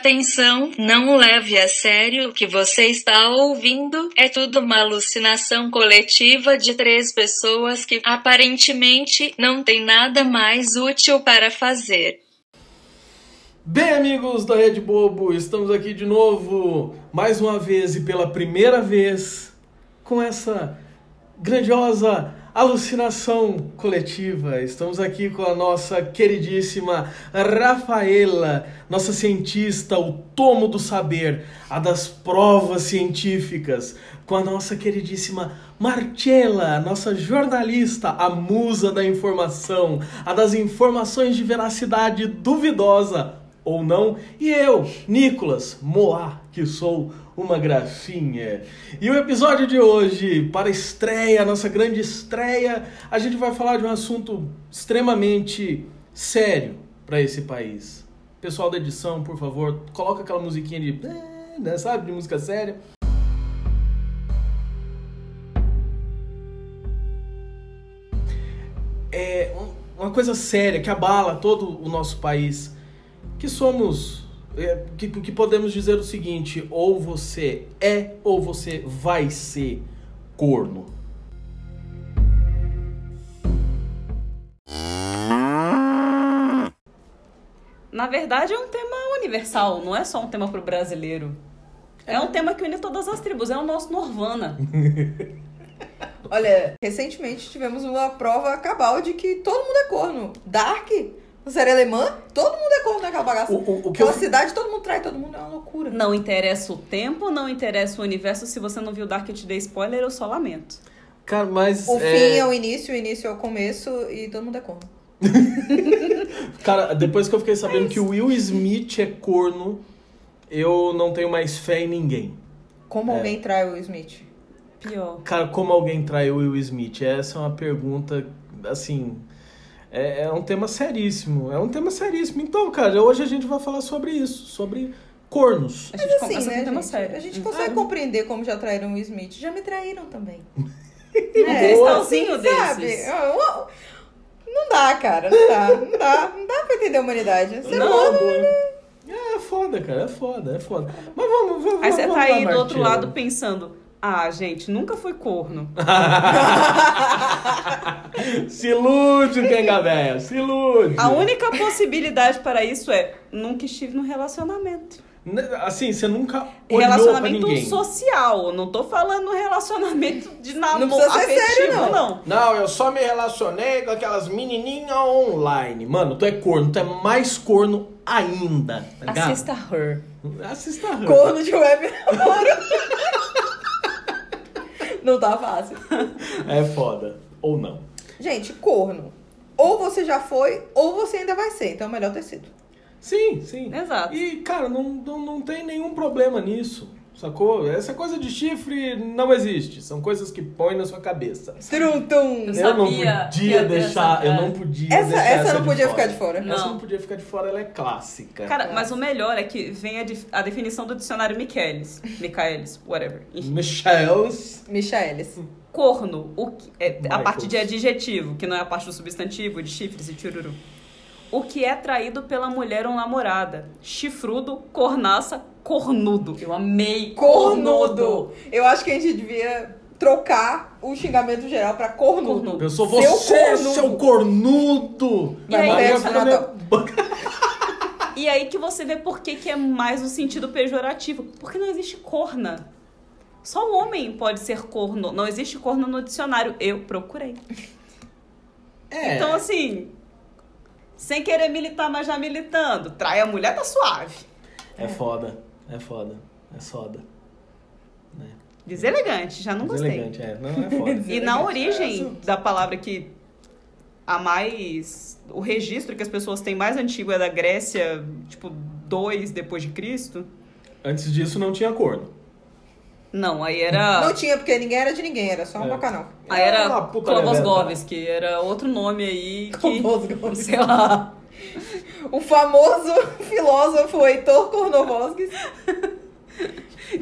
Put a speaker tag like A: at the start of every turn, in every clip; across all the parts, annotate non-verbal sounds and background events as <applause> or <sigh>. A: Atenção, não leve a sério o que você está ouvindo. É tudo uma alucinação coletiva de três pessoas que aparentemente não tem nada mais útil para fazer.
B: Bem, amigos da Rede Bobo, estamos aqui de novo, mais uma vez e pela primeira vez, com essa grandiosa alucinação coletiva. Estamos aqui com a nossa queridíssima Rafaela, nossa cientista, o tomo do saber, a das provas científicas, com a nossa queridíssima Marcella, nossa jornalista, a musa da informação, a das informações de veracidade duvidosa ou não, e eu, Nicolas Moá, que sou uma gracinha. E o episódio de hoje, para a estreia, nossa grande estreia, a gente vai falar de um assunto extremamente sério para esse país. Pessoal da edição, por favor, coloca aquela musiquinha de, né, sabe, de música séria. É uma coisa séria que abala todo o nosso país que somos. é, Que, que, podemos dizer o seguinte: ou você é ou você vai ser corno.
C: Na verdade, é um tema universal, não é só um tema pro brasileiro. É, é um tema que une todas as tribos, é o nosso Norvana.
D: Olha, recentemente tivemos uma prova cabal de que todo mundo é corno. Dark série alemã, todo mundo é corno naquela bagaça. O, o, o que Aquela eu... cidade, todo mundo trai, todo mundo é uma loucura.
C: Não interessa o tempo, não interessa o universo. Se você não viu Dark, eu te dei spoiler, eu só lamento.
B: Cara, mas...
D: O é... fim é o início, o início é o começo e todo mundo é corno.
B: Cara, depois que eu fiquei sabendo é que o Will Smith é corno, eu não tenho mais fé em ninguém.
D: Como é. alguém trai o Will Smith?
C: Pior.
B: Cara, como alguém trai o Will Smith? Essa é uma pergunta, assim... É, um tema seríssimo. É um tema seríssimo. Então, cara, hoje a gente vai falar sobre isso, sobre cornos.
D: Mas a gente Mas assim, né, um tema gente, sério. A gente
C: Uhum.
D: consegue é. compreender como já traíram o Smith. Já me traíram <laughs> também.
C: é, cristalzinho assim, desses.
D: Sabe? Não dá, cara. Não dá. Não dá, não dá pra entender a humanidade. Você não, mora,
B: É foda, cara. É foda, é foda. Mas vamos, vamos.
C: Aí
B: você
C: vamos
B: tá
C: aí lá, do outro lado pensando. Ah, gente, nunca foi corno.
B: <laughs> se ilude, Kengabeia, se ilude.
C: A única possibilidade para isso é nunca estive num relacionamento.
B: Assim, você nunca olhou Relacionamento ninguém.
C: social, não tô falando relacionamento de namoro não afetivo, sério, não. não.
B: Não, eu só me relacionei com aquelas menininhas online. Mano, tu é corno, tu é mais corno ainda. Tá ligado?
C: Assista Her.
B: Assista Her.
D: Corno de web Não tá fácil.
B: É foda. Ou não.
D: Gente, corno. Ou você já foi, ou você ainda vai ser. Então é melhor ter sido.
B: Sim, sim.
C: Exato.
B: E, cara, não, não, não tem nenhum problema nisso. Sacou? Essa coisa de chifre não existe. São coisas que põem na sua cabeça.
D: Truntum!
B: Eu, eu não podia deixar. Eu não podia
D: essa,
B: deixar.
D: Essa,
B: essa
D: não podia
B: de
D: ficar de fora.
B: Não. Essa não podia ficar de fora, ela é clássica.
C: Cara, Nossa. mas o melhor é que vem a, de, a definição do dicionário Michaelis. Michaelis, whatever.
B: Michaelis.
D: Michaelis.
C: Corno, o que, é, a parte de adjetivo, que não é a parte do substantivo, de chifres e tiruru. O que é traído pela mulher ou namorada. Chifrudo, cornaça, cornudo. Eu amei cornudo. cornudo.
D: Eu acho que a gente devia trocar o xingamento geral pra cornudo. cornudo.
B: Eu sou você, seu cornudo. Seu cornudo.
C: E, aí, aí, minha... Ah, e aí que você vê por que, que é mais no sentido pejorativo. Porque não existe corna. Só o homem pode ser corno. Não existe corno no dicionário. Eu procurei. É. Então, assim, sem querer militar, mas já militando. Trai a mulher, tá suave.
B: É, é. foda. É foda. É foda.
C: É. Deselegante, já não
B: Deselegante,
C: gostei.
B: É. Não, é foda.
C: <laughs> e na origem é. da palavra que a mais. O registro que as pessoas têm mais antigo é da Grécia, tipo, 2 depois de Cristo.
B: Antes disso não tinha corno.
C: Não, aí era.
D: Não tinha, porque ninguém era de ninguém, era só um é. bacanal.
C: Aí era ah, Klobosgoves, que era outro nome aí.
D: Klobosgoves.
C: Que, <laughs> sei lá.
D: o famoso <laughs> filósofo Heitor Cornovosgues.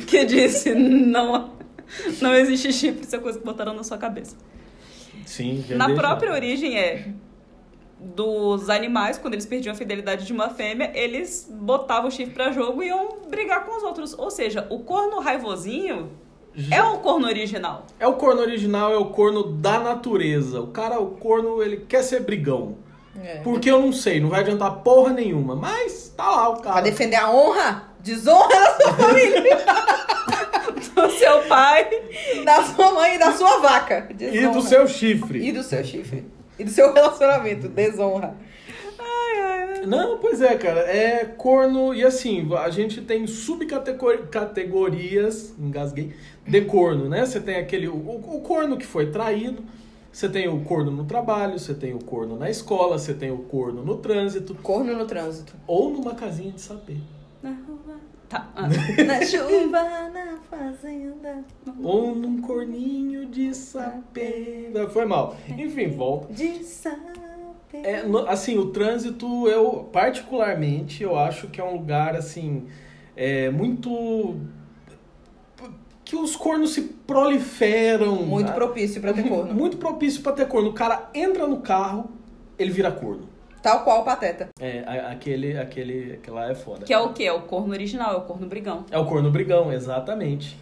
C: que disse: não, não existe chifre, isso é coisa que botaram na sua cabeça.
B: Sim,
C: Na própria origem é dos animais, quando eles perdiam a fidelidade de uma fêmea, eles botavam o chifre pra jogo e iam brigar com os outros. Ou seja, o corno raivosinho é o corno original. <laughs>
B: É o corno original, é o corno da natureza. O cara, o corno, ele quer ser brigão.
D: É.
B: Porque eu não sei, não vai adiantar porra nenhuma. Mas tá lá o
D: Pra
B: cara.
D: defender a honra, desonra da sua família,
C: O Então, seu pai.
D: da sua mãe e da sua vaca.
B: E do
D: Desonra.
B: seu chifre.
D: E do seu chifre. E do seu relacionamento, desonra.
B: Não, pois é, cara. É corno. E assim, a gente tem subcategorias. Engasguei. De corno, né? Você tem aquele. O, o corno que foi traído. Você tem o corno no trabalho. Você tem o corno na escola. Você tem o corno no trânsito.
D: Corno no trânsito.
B: Ou numa casinha de saber.
C: Tá. ah.
D: <laughs> Na chuva, na fazenda,
B: Ou num corninho de saber. Foi mal. Enfim, volta.
D: de saber.
B: É, no- assim, o trânsito, eu particularmente, eu acho que é um lugar, assim, é, muito... Que os cornos se proliferam.
D: É Muito
B: né?
D: propício pra
B: <laughs>
D: ter corno.
B: Muito propício pra ter corno. O cara entra no carro, ele vira corno.
D: Tal qual o Pateta.
B: É, a- aquele, aquele, aquele lá é foda.
C: Que é o quê? É o corno original, é o corno brigão.
B: É o corno brigão, exatamente.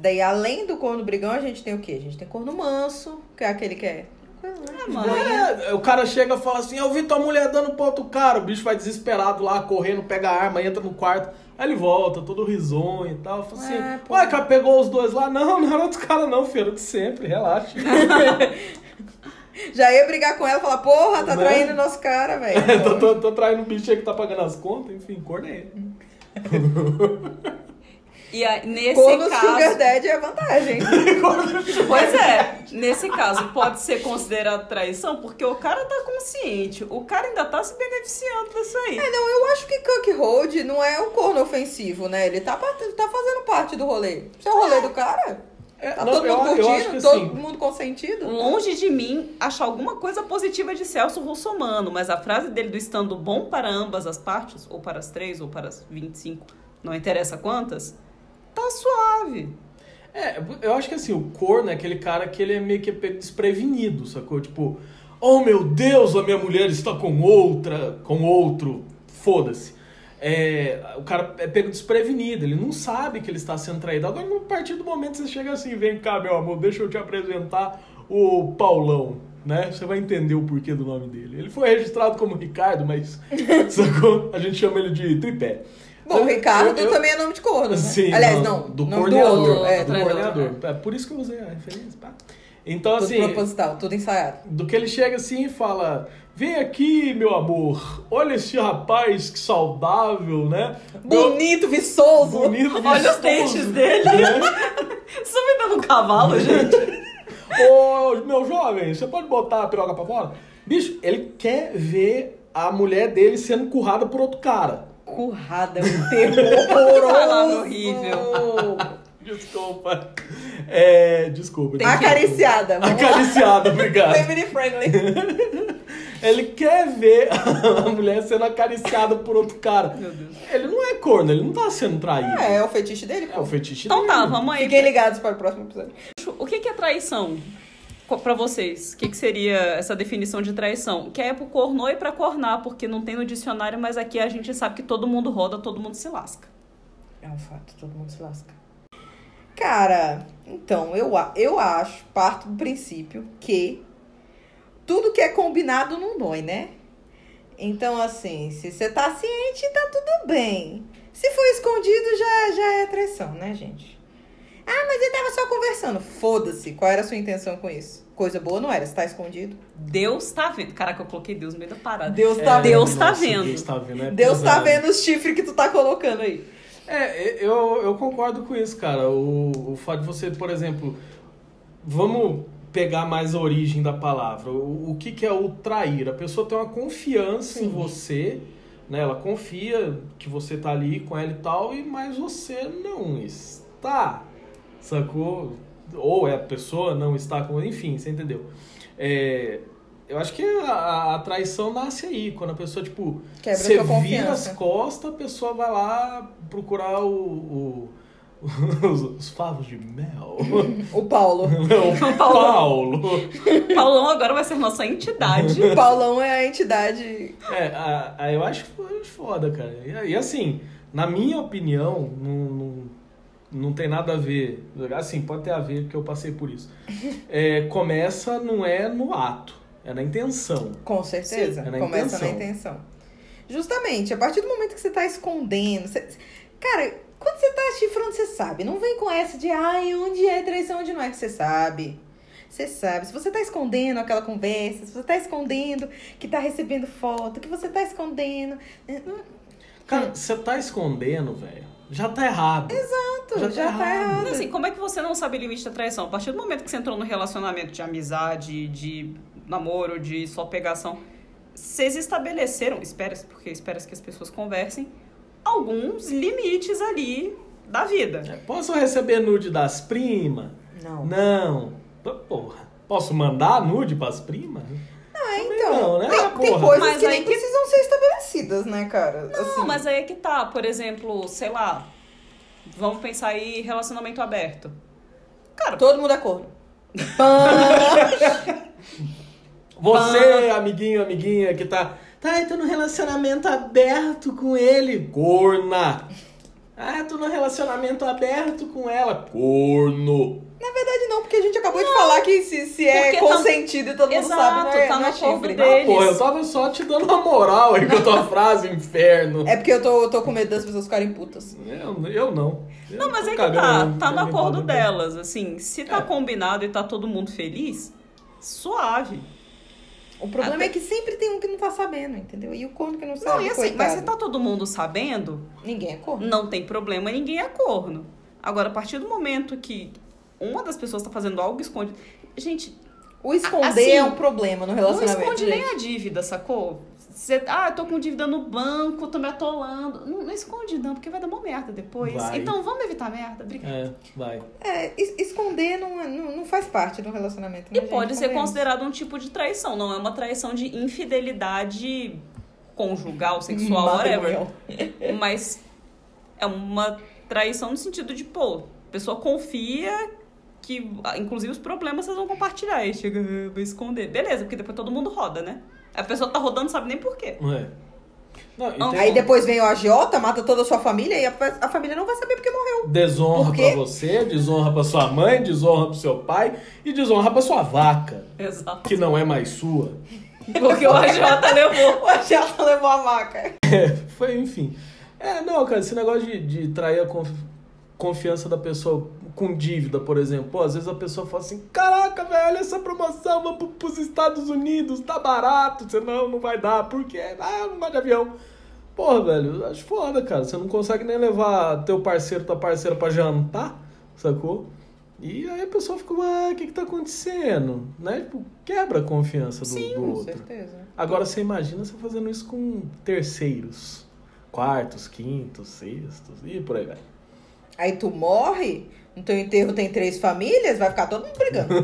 D: Daí, além do corno brigão, a gente tem o quê? A gente tem corno manso, que é aquele que é.
C: Ah, mano.
B: É, o cara chega e fala assim, eu vi tua mulher dando pau pro cara. O bicho vai desesperado lá, correndo, pega a arma, entra no quarto. Aí ele volta, todo risonho e tal. Fala assim,
D: É, pô.
B: ué, cara, pegou os dois lá? Não, não era outro cara não, filho, era de sempre,
D: <laughs>
B: relaxa.
D: Já ia brigar com ela e falar, porra, tá
B: Né?
D: traindo nosso cara,
B: <laughs> É, tô,
D: velho.
B: tô, tô traindo o bicho aí que tá pagando as contas, enfim, corno é ele.
C: E aí, nesse
D: Corno Sugar
C: caso.
D: Daddy é vantagem.
B: <laughs>
C: Pois é, nesse caso pode ser considerado traição porque o cara tá consciente. O cara ainda tá se beneficiando disso aí.
D: Não, eu acho que Cuck Hold não é um corno ofensivo, né? Ele tá, part- tá fazendo parte do rolê. Isso é o rolê do cara.
B: É,
D: Tá
B: não,
D: todo
B: eu-
D: mundo
B: eu
D: curtindo,
B: acho que
D: todo
B: assim,
D: mundo consentido.
C: Longe de mim achar alguma coisa positiva de Celso Russomano, mas a frase dele do estando bom para ambas as partes, ou para as três, ou para as 25, não interessa quantas, <laughs> tá suave.
B: É, eu acho que assim, o corno é aquele cara que ele é meio que desprevenido, sacou? Tipo, oh meu Deus, a minha mulher está com outra, com outro, foda-se. É, o cara é pego desprevenido, ele não sabe que ele está sendo traído. Agora, a partir do momento que você chega assim, vem cá, meu amor, deixa eu te apresentar o Paulão, né? Você vai entender o porquê do nome dele. Ele foi registrado como Ricardo, mas <laughs> sacou? A gente chama ele de tripé.
D: Bom,
B: Eu-
D: Ricardo
B: eu-
D: também é nome de corno. né?
B: Sim,
D: Aliás,
B: não,
D: não.
B: do
D: nome
B: coordenador.
D: Do outro.
B: é,
D: É,
B: do
C: treinador,
B: coordenador. É por isso que eu usei a referência. Pá. Então,
D: tudo
B: assim,
D: proposital, tudo ensaiado.
B: do que ele chega assim e fala: Vem aqui, meu amor, olha esse rapaz que saudável, né? Meu-
D: Bonito, viçoso.
B: Bonito,
C: Olha os
B: vistoso,
C: dentes dele.
B: né?
C: Subindo no cavalo, gente.
B: Ô, meu jovem, você pode botar a piroca pra fora? Bicho, ele quer ver a mulher dele sendo currada por outro cara.
D: Currada,
B: <laughs>
D: um terror
C: Palavra horrível.
B: Desculpa. É, desculpa. desculpa.
D: Acariciada. vamos lá.
B: Acariciada, obrigado.
D: Family friendly.
B: Ele quer ver a mulher sendo acariciada por outro cara.
C: Meu Deus.
B: Ele não é corno, ele não tá sendo traído.
D: É, é o fetiche dele,
B: É o
D: pô.
B: fetiche
C: Então
B: dele.
C: tá, vamos aí.
D: Fiquem ligados para o próximo episódio.
C: O que que é traição? Co- Pra vocês, o que, que seria essa definição de traição? Que é pro corno e pra cornar, porque não tem no dicionário, mas aqui a gente sabe que todo mundo roda, todo mundo se lasca.
D: É um fato, todo mundo se lasca. Cara, então, eu, a- eu acho, parto do princípio que tudo que é combinado não dói, né? Então, assim, se você tá ciente, tá tudo bem. Se for escondido, já, já é traição, né, gente? Ah, mas eu tava só conversando. Foda-se, qual era a sua intenção com isso? Coisa boa não era, se tá escondido.
C: Deus tá vendo. Caraca, eu coloquei Deus no meio da parada.
D: Deus
B: É,
D: tá vendo.
C: Deus tá
B: nossa,
C: vendo.
B: Deus tá vendo. é
D: Deus tá
B: pesado.
D: vendo os chifres que tu tá colocando aí.
B: É, eu, eu concordo com isso, cara. O, o fato de você, por exemplo, vamos pegar mais a origem da palavra. O, o que, que é o trair? A pessoa tem uma confiança em
D: Sim.
B: você, né? Ela confia que você tá ali com ela e tal, e mas você não está, sacou? Ou é a pessoa não está com... Enfim, você entendeu. É, eu acho que a, a traição nasce aí, quando a pessoa, tipo
D: Quebra
B: você
D: sua
B: vira as
D: confiança.
B: costas, a pessoa vai lá procurar o, <laughs> o, Os, os favos de mel.
D: O Paulo.
B: Não,
C: O
B: Paulo.
C: Paulão agora vai ser nossa entidade.
D: O Paulão é a entidade.
B: É, a, a- eu acho que foi foda, cara. E, e assim, na minha opinião, não, não, não tem nada a ver. Assim, pode ter a ver, porque eu passei por isso. É, começa não é no ato, é na intenção.
D: Com certeza.
B: Sim, é na
D: Começa na
B: intenção.
D: intenção. Justamente, a partir do momento que você tá escondendo. você- Cara, quando você tá chifrando, você sabe. Não vem com essa de ai, onde é traição, onde não é que você sabe. Você sabe, se você tá escondendo aquela conversa, se você tá escondendo que tá recebendo foto, que você tá escondendo.
B: Cara, você tá escondendo, velho. Já tá errado.
D: Exato,
B: Já tá
D: já tá
B: errado.
D: errado.
C: Mas assim, como é que você não sabe limite da traição? A partir do momento que você entrou no relacionamento de amizade, de namoro, de só pegação, vocês estabeleceram, espera, porque espera que as pessoas conversem, alguns limites ali da vida.
B: É, Posso receber nude das primas?
D: Não.
B: né, Não. Pô, Porra. Posso mandar nude pras primas?
D: Ah,
B: Também
D: então,
B: não, né,
D: tem, tem
B: porra?
D: coisas
C: Mas
D: que
C: aí
D: nem
C: que-
D: precisam ser estabelecidas, né, cara?
C: Não, mas aí é que tá, por exemplo, sei lá, vamos pensar aí em relacionamento aberto. Cara,
D: Todo mundo é corno. <laughs>
B: Você, amiguinho, amiguinha, que tá. Tá, eu tô num relacionamento aberto com ele, corna. Ah, tô num relacionamento aberto com ela, corno.
D: Na verdade, não, porque a gente acabou de falar que se, se é
C: Porque tá-
D: consentido e todo mundo
C: Exato,
D: sabe, não é,
C: tá
D: não é
C: no acordo
D: chifre.
C: dele. Eles-
B: Pô, Ah, eu tava só te dando uma moral aí com a tua frase, inferno.
D: É porque eu tô, eu tô com medo das pessoas ficarem putas.
B: Eu, eu não. Eu
C: Não, mas
B: tô
C: é que tá,
B: cagando,
C: tá no
B: não me
C: acordo
B: incomoda.
C: delas, assim, se tá
B: É.
C: combinado e tá todo mundo feliz, suave.
D: O problema
C: Até-
D: é que sempre tem um que não tá sabendo, entendeu? E o corno que não sabe,
C: Não, e assim,
D: coitado.
C: mas se tá todo mundo sabendo,
D: Ninguém é corno.
C: não tem problema, ninguém é corno. Agora, a partir do momento que uma das pessoas tá fazendo algo esconde. Gente,
D: O esconder
C: Assim,
D: é um problema no
C: não
D: relacionamento.
C: esconde
D: gente.
C: nem a dívida, sacou? Você, ah, eu tô com dívida no banco, tô me atolando. Não, não esconde, não, porque vai dar uma merda depois.
B: Vai.
C: Então vamos evitar merda, obrigada.
B: É, vai.
D: É, es- esconder não, é- não, não faz parte do relacionamento. né,
C: E
D: gente?
C: pode ser
D: Convenhamos.
C: considerado um tipo de traição, não é uma traição de infidelidade conjugal, sexual, whatever.
D: Matrimonial.
C: Mas é uma traição no sentido de, pô, a pessoa confia que, ah, inclusive, os problemas vocês vão compartilhar. E chega, "Ah, vou esconder. Beleza, porque depois todo mundo roda, né? A pessoa tá rodando, sabe nem por quê.
B: É. Não, e
C: Não,
B: tem um
D: Aí depois vem o agiota, mata toda a sua família e a, a família não vai saber porque morreu.
B: desonra
D: Por quê?
B: pra você, desonra pra sua mãe, desonra pro seu pai e desonra pra sua vaca,
C: Exato.
B: que não é mais sua.
C: <laughs> Porque o tá AJ levou.
D: <laughs> O agiota levou a maca.
B: <laughs> Foi, enfim. É, não, cara, esse negócio de, de trair a conf- confiança da pessoa com dívida, por exemplo. Pô, às vezes a pessoa fala assim, caraca, velho, olha essa promoção, vamos pro, pros Estados Unidos, tá barato, você não, não vai dar, porque ah, eu não gosto de avião. Porra, velho, eu acho foda, cara. Você não consegue nem levar teu parceiro, tua parceira pra jantar, sacou? E aí a pessoa fica, ah, o que que tá acontecendo? Né? Tipo, quebra a confiança do, do
D: Com
B: outro.
D: certeza.
B: Agora você imagina você fazendo isso com terceiros. Quartos, quintos, sextos e por aí vai.
D: Aí tu morre, no teu enterro tem três famílias, vai ficar todo
C: <laughs>
D: mundo brigando.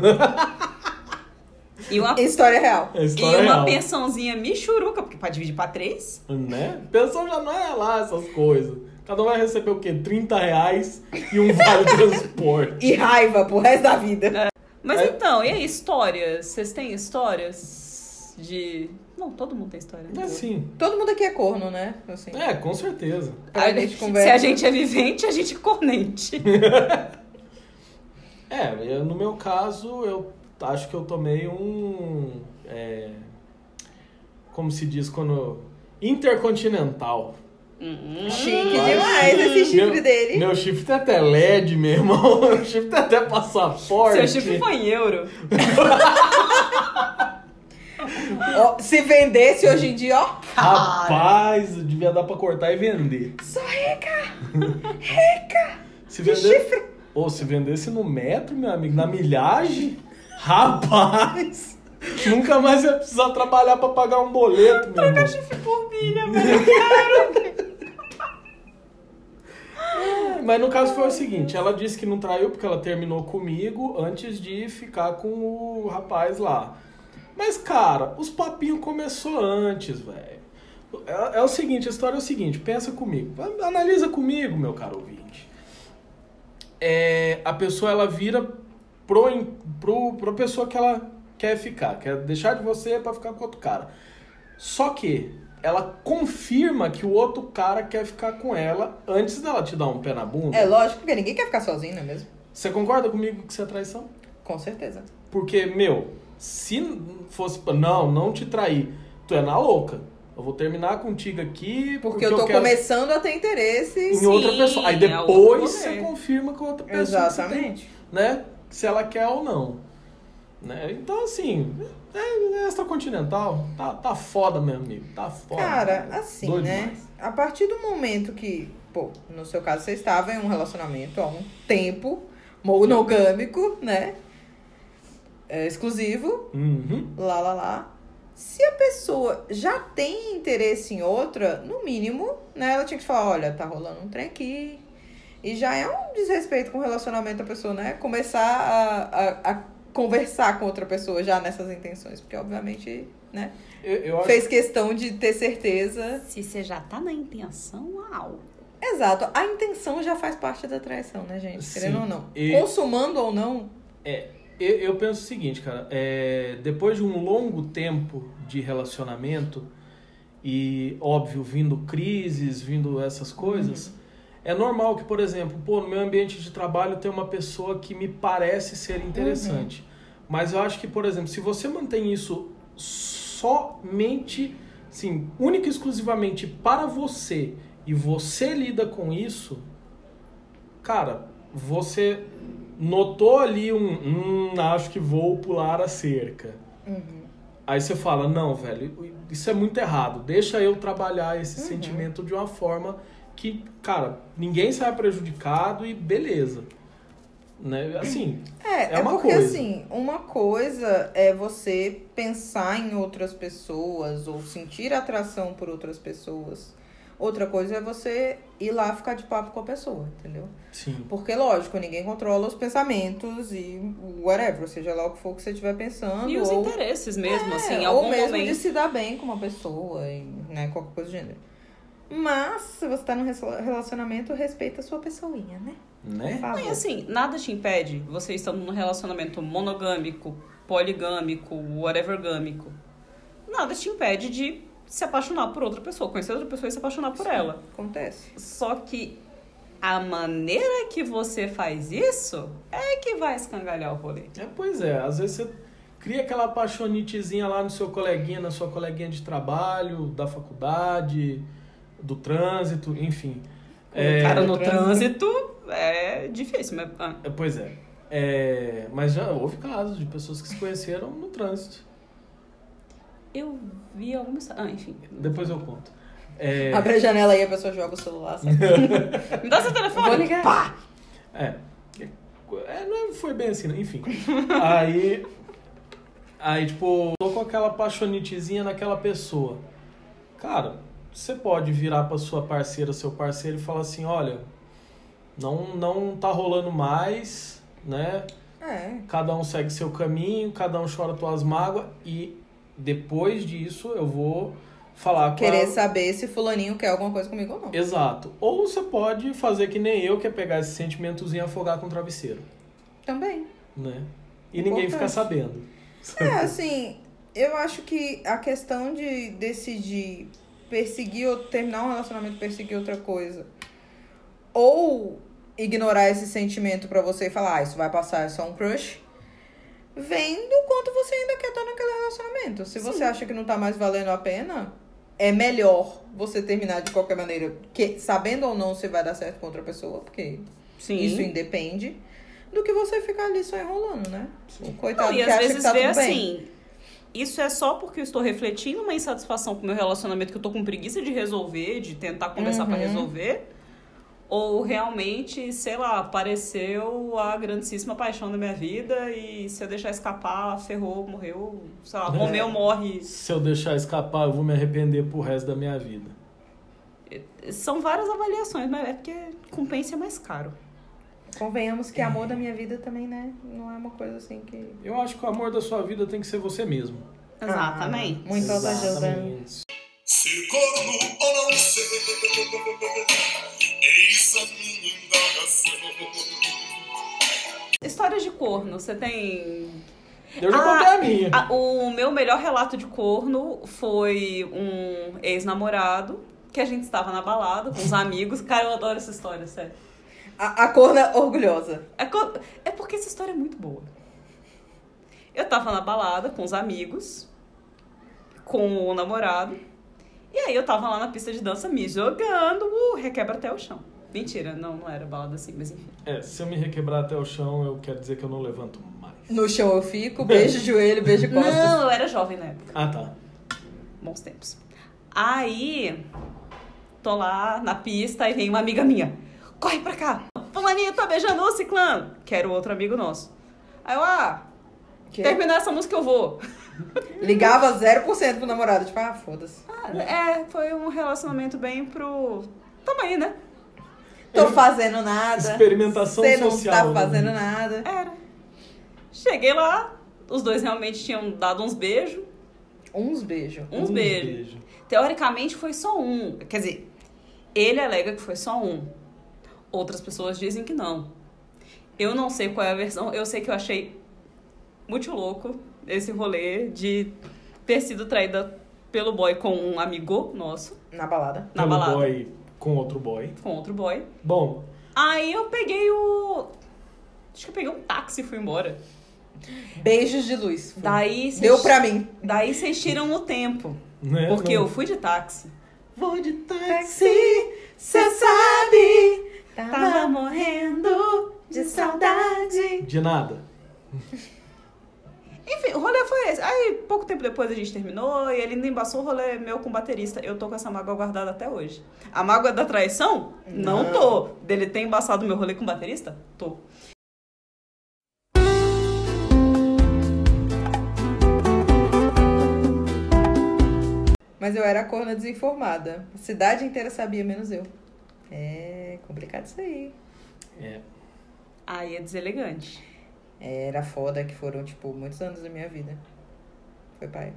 C: E uma,
D: História real.
B: É
C: e
B: história
C: uma
B: real.
C: pensãozinha michuruca, porque pra dividir pra três.
B: Né? Pensão já não é lá essas coisas. Cada um vai receber o quê? 30 reais e um vale <laughs> transporte.
D: E raiva pro resto da vida.
C: Mas
B: É.
C: então, e aí, histórias? Vocês têm histórias de. Não, todo mundo tem história.
B: É
C: né?
B: assim.
D: Todo mundo aqui é corno, né? Assim,
B: É, com certeza.
D: pra
C: A
D: gente
C: gente- se
D: conversa.
C: a gente é vivente, a gente é cornente.
B: É, eu- no meu caso, eu acho que eu tomei um. é, como se diz quando. Intercontinental.
D: Chique
C: Hum.
D: demais esse chifre
B: meu,
D: dele.
B: Meu chifre tem até LED, meu irmão. <laughs> Meu chifre tem até passaporte.
C: Seu chifre foi em euro.
D: Ó, se
B: Hum.
D: vendesse hoje em dia, ó.
B: Rapaz, devia dar pra cortar e vender.
D: Só reca.
B: Se vender... chifre? Ou se vendesse no metro, meu amigo, na milhagem, rapaz, nunca mais ia precisar trabalhar pra pagar um boleto, meu irmão.
C: Chifre por milha,
B: Mas no caso foi o seguinte, ela disse que não traiu porque ela terminou comigo antes de ficar com o rapaz lá. Mas, cara, os papinhos começou antes, velho. É, é o seguinte, a história é o seguinte, pensa comigo. Analisa comigo, meu caro ouvinte. é, a pessoa ela vira pro, em- pro, pra pessoa que ela quer ficar, quer deixar de você pra ficar com outro cara. Só que ela confirma que o outro cara quer ficar com ela antes dela te dar um pé na bunda.
D: É lógico, porque ninguém quer ficar sozinho, não é mesmo?
B: Você concorda comigo que isso é traição?
D: Com certeza.
B: Porque, meu, se fosse. pra- Não, não te trair. Tu é na louca. Eu vou terminar contigo aqui.
D: Porque, eu tô
B: quero
D: começando a ter
B: em
D: interesse.
C: Sim,
B: outra pessoa. Aí
C: é outro
B: depois
C: rolê.
B: você confirma com outra pessoa. que você tem,
D: Exatamente.
B: né? Se ela quer ou não. Né? Então, assim, é, é extracontinental. Tá, tá foda, meu amigo. Tá foda.
D: Cara, assim,
B: Doido
D: né?
B: demais.
D: A partir do momento que, pô, no seu caso você estava em um relacionamento há um tempo monogâmico, né? É, exclusivo.
B: Uhum.
D: lá, lá, lá. Se a pessoa já tem interesse em outra, no mínimo, né? Ela tinha que falar, olha, tá rolando um trem aqui. E já é um desrespeito com o relacionamento da pessoa, né? Começar a, a, a conversar com outra pessoa já nessas intenções. Porque, obviamente, né?
B: Eu, eu acho.
D: Fez questão de ter certeza.
C: Se você já tá na intenção, uau.
D: Exato. A intenção já faz parte da traição, né, gente?
B: Sim.
D: Querendo ou não.
B: E-
D: Consumando ou não,
B: Eu, eu penso o seguinte, cara, é, depois de um longo tempo de relacionamento e, óbvio, vindo crises, vindo essas coisas, é normal que, por exemplo, pô, no meu ambiente de trabalho tem uma pessoa que me parece ser interessante. Mas eu acho que, por exemplo, se você mantém isso somente, assim, única e exclusivamente para você e você lida com isso, cara, você notou ali um, hum, acho que vou pular a cerca. Aí você fala, não, velho, isso é muito errado. Deixa eu trabalhar esse sentimento de uma forma que, cara, ninguém sai prejudicado e beleza. Né? Assim,
D: É,
B: É
D: é,
B: uma
D: porque
B: coisa.
D: assim, uma coisa é você pensar em outras pessoas ou sentir atração por outras pessoas. Outra coisa é você ir lá ficar de papo com a pessoa, entendeu?
B: sim.
D: Porque, lógico, ninguém controla os pensamentos e whatever, seja lá o que for que você estiver pensando.
C: E os
D: ou,
C: interesses mesmo, assim,
D: é,
C: em
D: ou
C: algum
D: mesmo
C: momento.
D: de se dar bem com uma pessoa, e, né, qualquer coisa do gênero. Mas, se você tá num rela- relacionamento, respeita a sua pessoinha, né? Por
B: Né?
D: favor.
C: E assim, nada te impede, você estando num relacionamento monogâmico, poligâmico, whatevergâmico, nada te impede de se apaixonar por outra pessoa, conhecer outra pessoa e se apaixonar por ela.
D: Acontece.
C: Só que a maneira que você faz isso é que vai escangalhar o rolê.
B: É, pois é, às vezes você cria aquela paixonitezinha lá no seu coleguinha, na sua coleguinha de trabalho, da faculdade, do trânsito, enfim.
C: É, O cara no
D: no
C: trânsito é difícil, mas. ah,
B: É, Pois é. É, Mas já houve casos de pessoas que se conheceram no trânsito.
C: Eu vi alguma história. Ah,
D: <laughs>
C: enfim.
B: Depois eu conto. É,
D: Abre a janela aí, a pessoa joga o celular, sabe?
C: Me dá seu telefone.
D: Vou
C: <laughs>
D: ligar.
C: Pá!
B: É. É, não foi bem assim, né? enfim. Aí. Aí, tipo, tô com aquela paixonitezinha naquela pessoa. Cara, você pode virar pra sua parceira, seu parceiro e falar assim: olha, não, não tá rolando mais, né?
D: É.
B: Cada um segue seu caminho, cada um chora suas mágoas e depois disso eu vou falar com
D: Querer
B: a...
D: saber se fulaninho quer alguma coisa comigo ou não.
B: Exato. Ou você pode fazer que nem eu, que é pegar esse sentimentozinho e afogar com o travesseiro.
D: Também.
B: né? E ninguém
D: Importante.
B: fica sabendo.
D: É, assim, eu acho que a questão de decidir perseguir ou terminar um relacionamento, perseguir outra coisa, ou ignorar esse sentimento pra você e falar, ah, isso vai passar, é só um crush, vem do quanto você ainda quer estar naquele relacionamento. Se você acha que não tá mais valendo a pena, é melhor você terminar de qualquer maneira, que, sabendo ou não se vai dar certo com outra pessoa, porque
C: Sim.
D: Isso independe do que você ficar ali só enrolando, né? O coitado
C: Não, e
D: que
C: às
D: acha
C: vezes
D: que tá
C: vê
D: tudo bem.
C: assim. Isso é só porque eu estou refletindo uma insatisfação com o meu relacionamento que eu tô com preguiça de resolver, de tentar conversar pra
D: Uhum.
C: resolver. Ou realmente, sei lá, apareceu a grandíssima paixão da minha vida e se eu deixar escapar, ferrou, morreu, sei lá,
B: É.
C: comeu, morre.
B: Se eu deixar escapar, eu vou me arrepender pro resto da minha vida.
C: São várias avaliações, mas é porque compensa é mais caro.
D: Convenhamos que amor da
B: É.
D: minha vida também, né? Não é uma coisa assim que.
B: Eu acho que o amor da sua vida tem que ser você mesmo.
C: Exatamente.
D: Ah, muito autoajuda.
B: Exatamente.
E: Ser corno ou não ser, eis a minha indagação.
C: Histórias de corno, você tem.
B: Eu já
C: Ah,
B: contei a minha.
C: Ah, o meu melhor relato de corno foi um ex-namorado que a gente estava na balada com os amigos. Cara, eu adoro essa história, sério.
D: A, a corna orgulhosa.
C: É, co- é porque essa história é muito boa. Eu tava na balada com os amigos, com o namorado, e aí eu tava lá na pista de dança me jogando, uh, requebra até o chão. Mentira, não, não era balada assim, mas enfim.
B: É, se eu me requebrar até o chão, eu quero dizer que eu não levanto mais.
D: No chão eu fico, beijo joelho, beijo costas.
C: Não, eu era jovem na época.
B: Ah, tá.
C: Bons tempos. Aí, tô lá na pista e vem uma amiga minha. Corre pra cá! Fulaninho tá beijando o ciclano! Que era o outro amigo nosso. Aí eu, ah,
D: Que-
C: terminar essa música eu vou.
D: Ligava 0% pro namorado, tipo, ah, foda-se.
C: Ah, É, foi um relacionamento bem pro. Tamo aí, né?
D: Tô fazendo nada.
B: É. Experimentação
D: Você não
B: social. né?
D: tá fazendo nada.
C: Era. Cheguei lá, os dois realmente tinham dado uns beijos.
D: Uns beijos.
B: Um
C: Uns beijos. Teoricamente foi só um. Quer dizer, ele alega que foi só um. Outras pessoas dizem que não. Eu não sei qual é a versão, eu sei que eu achei muito louco esse rolê de ter sido traída pelo boy com um amigo nosso,
D: Na balada.
C: Na
B: Pelo
C: balada.
B: boy com outro boy.
C: com outro boy.
B: Bom,
C: Aí eu peguei o. Acho que eu peguei um táxi e fui embora.
D: Beijos de luz. Foi.
C: Daí vocês-
D: Deu pra mim.
C: Daí vocês tiram o tempo.
B: né?
C: Porque
B: não-
C: eu fui de táxi.
B: Vou de táxi.
D: cê sabe.
C: Tava morrendo de saudade.
B: De nada.
C: Enfim, o rolê foi esse. Aí, pouco tempo depois a gente terminou e ele ainda embaçou o rolê meu com o baterista. Eu tô com essa mágoa guardada até hoje. A mágoa da traição? Não,
D: Não.
C: tô. Dele ter embaçado meu rolê com o baterista? Tô.
D: Mas eu era corna desinformada. A cidade inteira sabia, menos eu. É complicado isso aí.
B: É.
C: Aí é deselegante.
D: Era foda que foram, tipo, muitos anos da minha vida. Foi pai.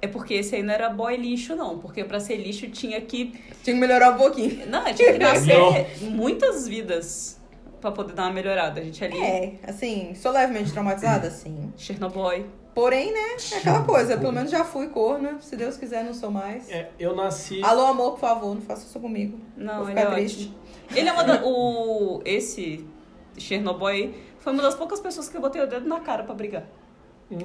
C: É porque esse aí não era boy lixo, não. Porque pra ser lixo tinha que
D: Tinha que melhorar um pouquinho.
C: Não, eu tinha que nascer
B: Não.
C: muitas vidas pra poder dar uma melhorada. A gente ali,
D: É, assim, sou levemente traumatizada, sim.
C: Chernobyl.
D: Porém, né, é aquela coisa. Pelo menos já fui corna. Se Deus quiser, não sou mais.
B: É, eu nasci.
D: Alô, amor, por favor, não faça isso comigo.
C: Não,
D: Vou
C: ele
D: ficar
C: é
D: triste.
C: ótimo. Ele é uma da, o Esse Chernobyl foi uma das poucas pessoas que eu botei o dedo na cara pra brigar.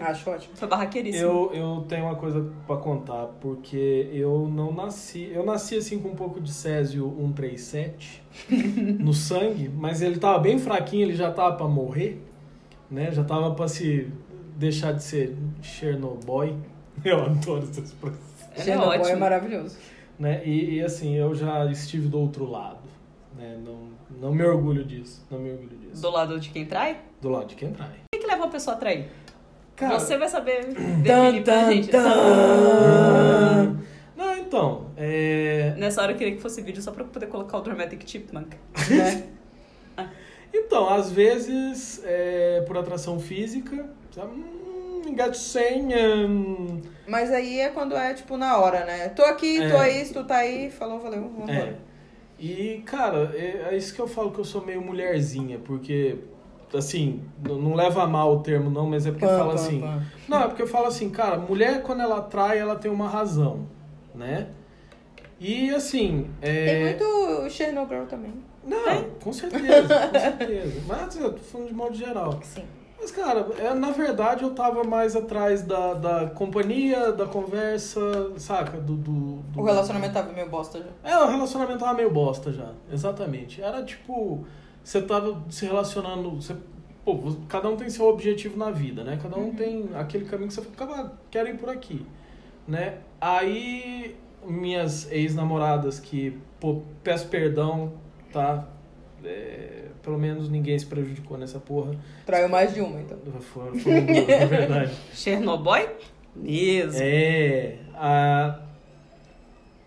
D: Acho ótimo.
C: Foi barraqueiríssimo.
B: Eu, eu tenho uma coisa pra contar, porque eu não nasci. Eu nasci assim com um pouco de Césio 137 no sangue, mas ele tava bem fraquinho, ele já tava pra morrer, né? Já tava pra se deixar de ser Chernobyl. <laughs> Eu adoro essas expressões.
C: Ele é
D: Chernobyl é
C: ótimo.
D: maravilhoso.
B: <laughs> né? E, e, assim, eu já estive do outro lado, né? Não, não me orgulho disso, não me orgulho disso.
C: Do lado de quem trai? O
B: Do lado de quem trai.
C: que, que leva uma pessoa a trair?
B: Cara,
C: Você é vai saber
D: Tan,
C: definir pra
D: tan,
C: gente.
D: tan.
B: não, então, é...
C: Nessa hora eu queria que fosse vídeo só pra eu poder colocar o Dramatic Chipmunk.
D: Né?
B: Então, às vezes, é, por atração física, sabe? Hum, engaticei, hum,
D: Mas aí é quando é, tipo, na hora, né? Tô aqui, tô
B: É.
D: aí, se tu tá aí, falou, valeu, vamos
B: É.
D: embora.
B: E, cara, é, é isso que eu falo que eu sou meio mulherzinha, porque, assim, n- não leva a mal o termo, não, mas é porque
D: Pam,
B: fala
D: pam,
B: assim.
D: pam.
B: Não, é porque eu falo assim, cara, mulher quando ela atrai, ela tem uma razão, né? E assim. É...
D: Tem muito Chernobyl também.
B: Não, com certeza, com certeza. Mas eu tô falando de modo geral.
D: Sim.
B: Mas, cara, é, na verdade eu tava mais atrás da, da companhia, da conversa, saca? Do, do, do-
D: O relacionamento tava meio bosta já.
B: É, o relacionamento tava meio bosta já, exatamente. Era tipo, você tava se relacionando. Você, pô, vo- cada um tem seu objetivo na vida, né? Cada um tem aquele caminho que você fala, "Ah, quero ir por aqui, né? Aí, minhas ex-namoradas que, pô, peço perdão, tá? É, pelo menos ninguém se prejudicou nessa porra.
D: Traiu mais de uma, então.
B: Foram, foram duas, na um é verdade.
C: <laughs> Chernobyl? Mesmo.
B: É. a-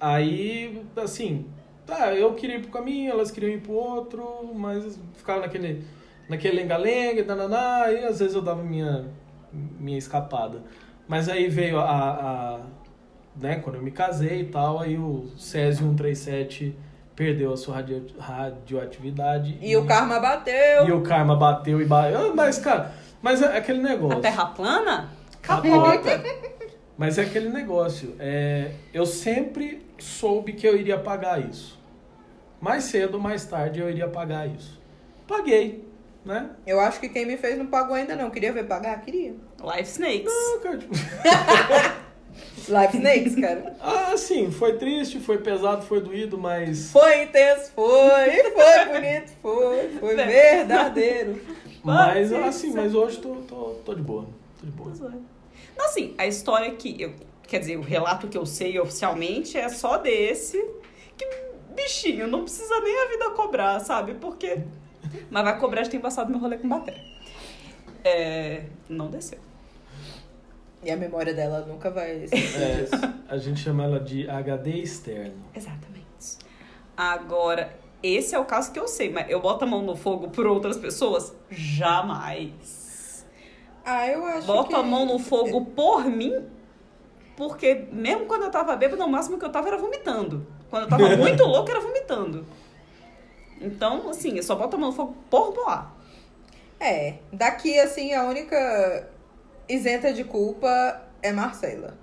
B: Aí, assim, tá, eu queria ir pro caminho, elas queriam ir pro outro, mas ficaram naquele naquele lenga-lenga, dananá, e às vezes eu dava minha, minha escapada. Mas aí veio a, a- né, quando eu me casei e tal, aí o Césio 137 perdeu a sua radio- radioatividade.
D: E o karma bateu.
B: Hum. E o karma bateu e bateu. Mas, cara, mas é aquele negócio.
C: A terra plana?
B: Capota. Mas é aquele negócio. É, eu sempre soube que eu iria pagar isso. Mais cedo ou mais tarde eu iria pagar isso. Paguei, né?
D: Eu acho que quem me fez não pagou ainda, não. Queria ver pagar? Queria.
C: Life Snakes.
B: Ah, cara, tipo,
D: Life Snakes,
C: <laughs>
D: cara.
B: <laughs> ah, assim, foi triste, foi pesado, foi doído, mas.
D: Foi intenso, foi. Foi bonito, foi. Foi
C: Né?
D: verdadeiro.
B: Mas assim, mas hoje tô, tô, tô de boa. Tô de boa.
C: Não, assim, a história que eu. Quer dizer, o relato que eu sei oficialmente é só desse. Que bichinho, não precisa nem a vida cobrar, sabe? Porque. Mas vai cobrar de ter passado meu rolê com bateria. É. Não desceu.
D: E a memória dela nunca vai. se esquecer disso.
B: É, <laughs> a gente chama ela de HD externo.
C: Exatamente. Agora, esse é o caso que eu sei, mas eu boto a mão no fogo por outras pessoas? Jamais.
D: Ah, eu acho que...
C: Boto a mão no fogo por mim? Porque mesmo quando eu tava bêbada, o máximo que eu tava era vomitando. Quando eu
D: <laughs>
C: tava muito louca, era vomitando. Então, assim, eu só boto a mão no fogo por boar.
D: É, daqui assim a única isenta de culpa é Marcela.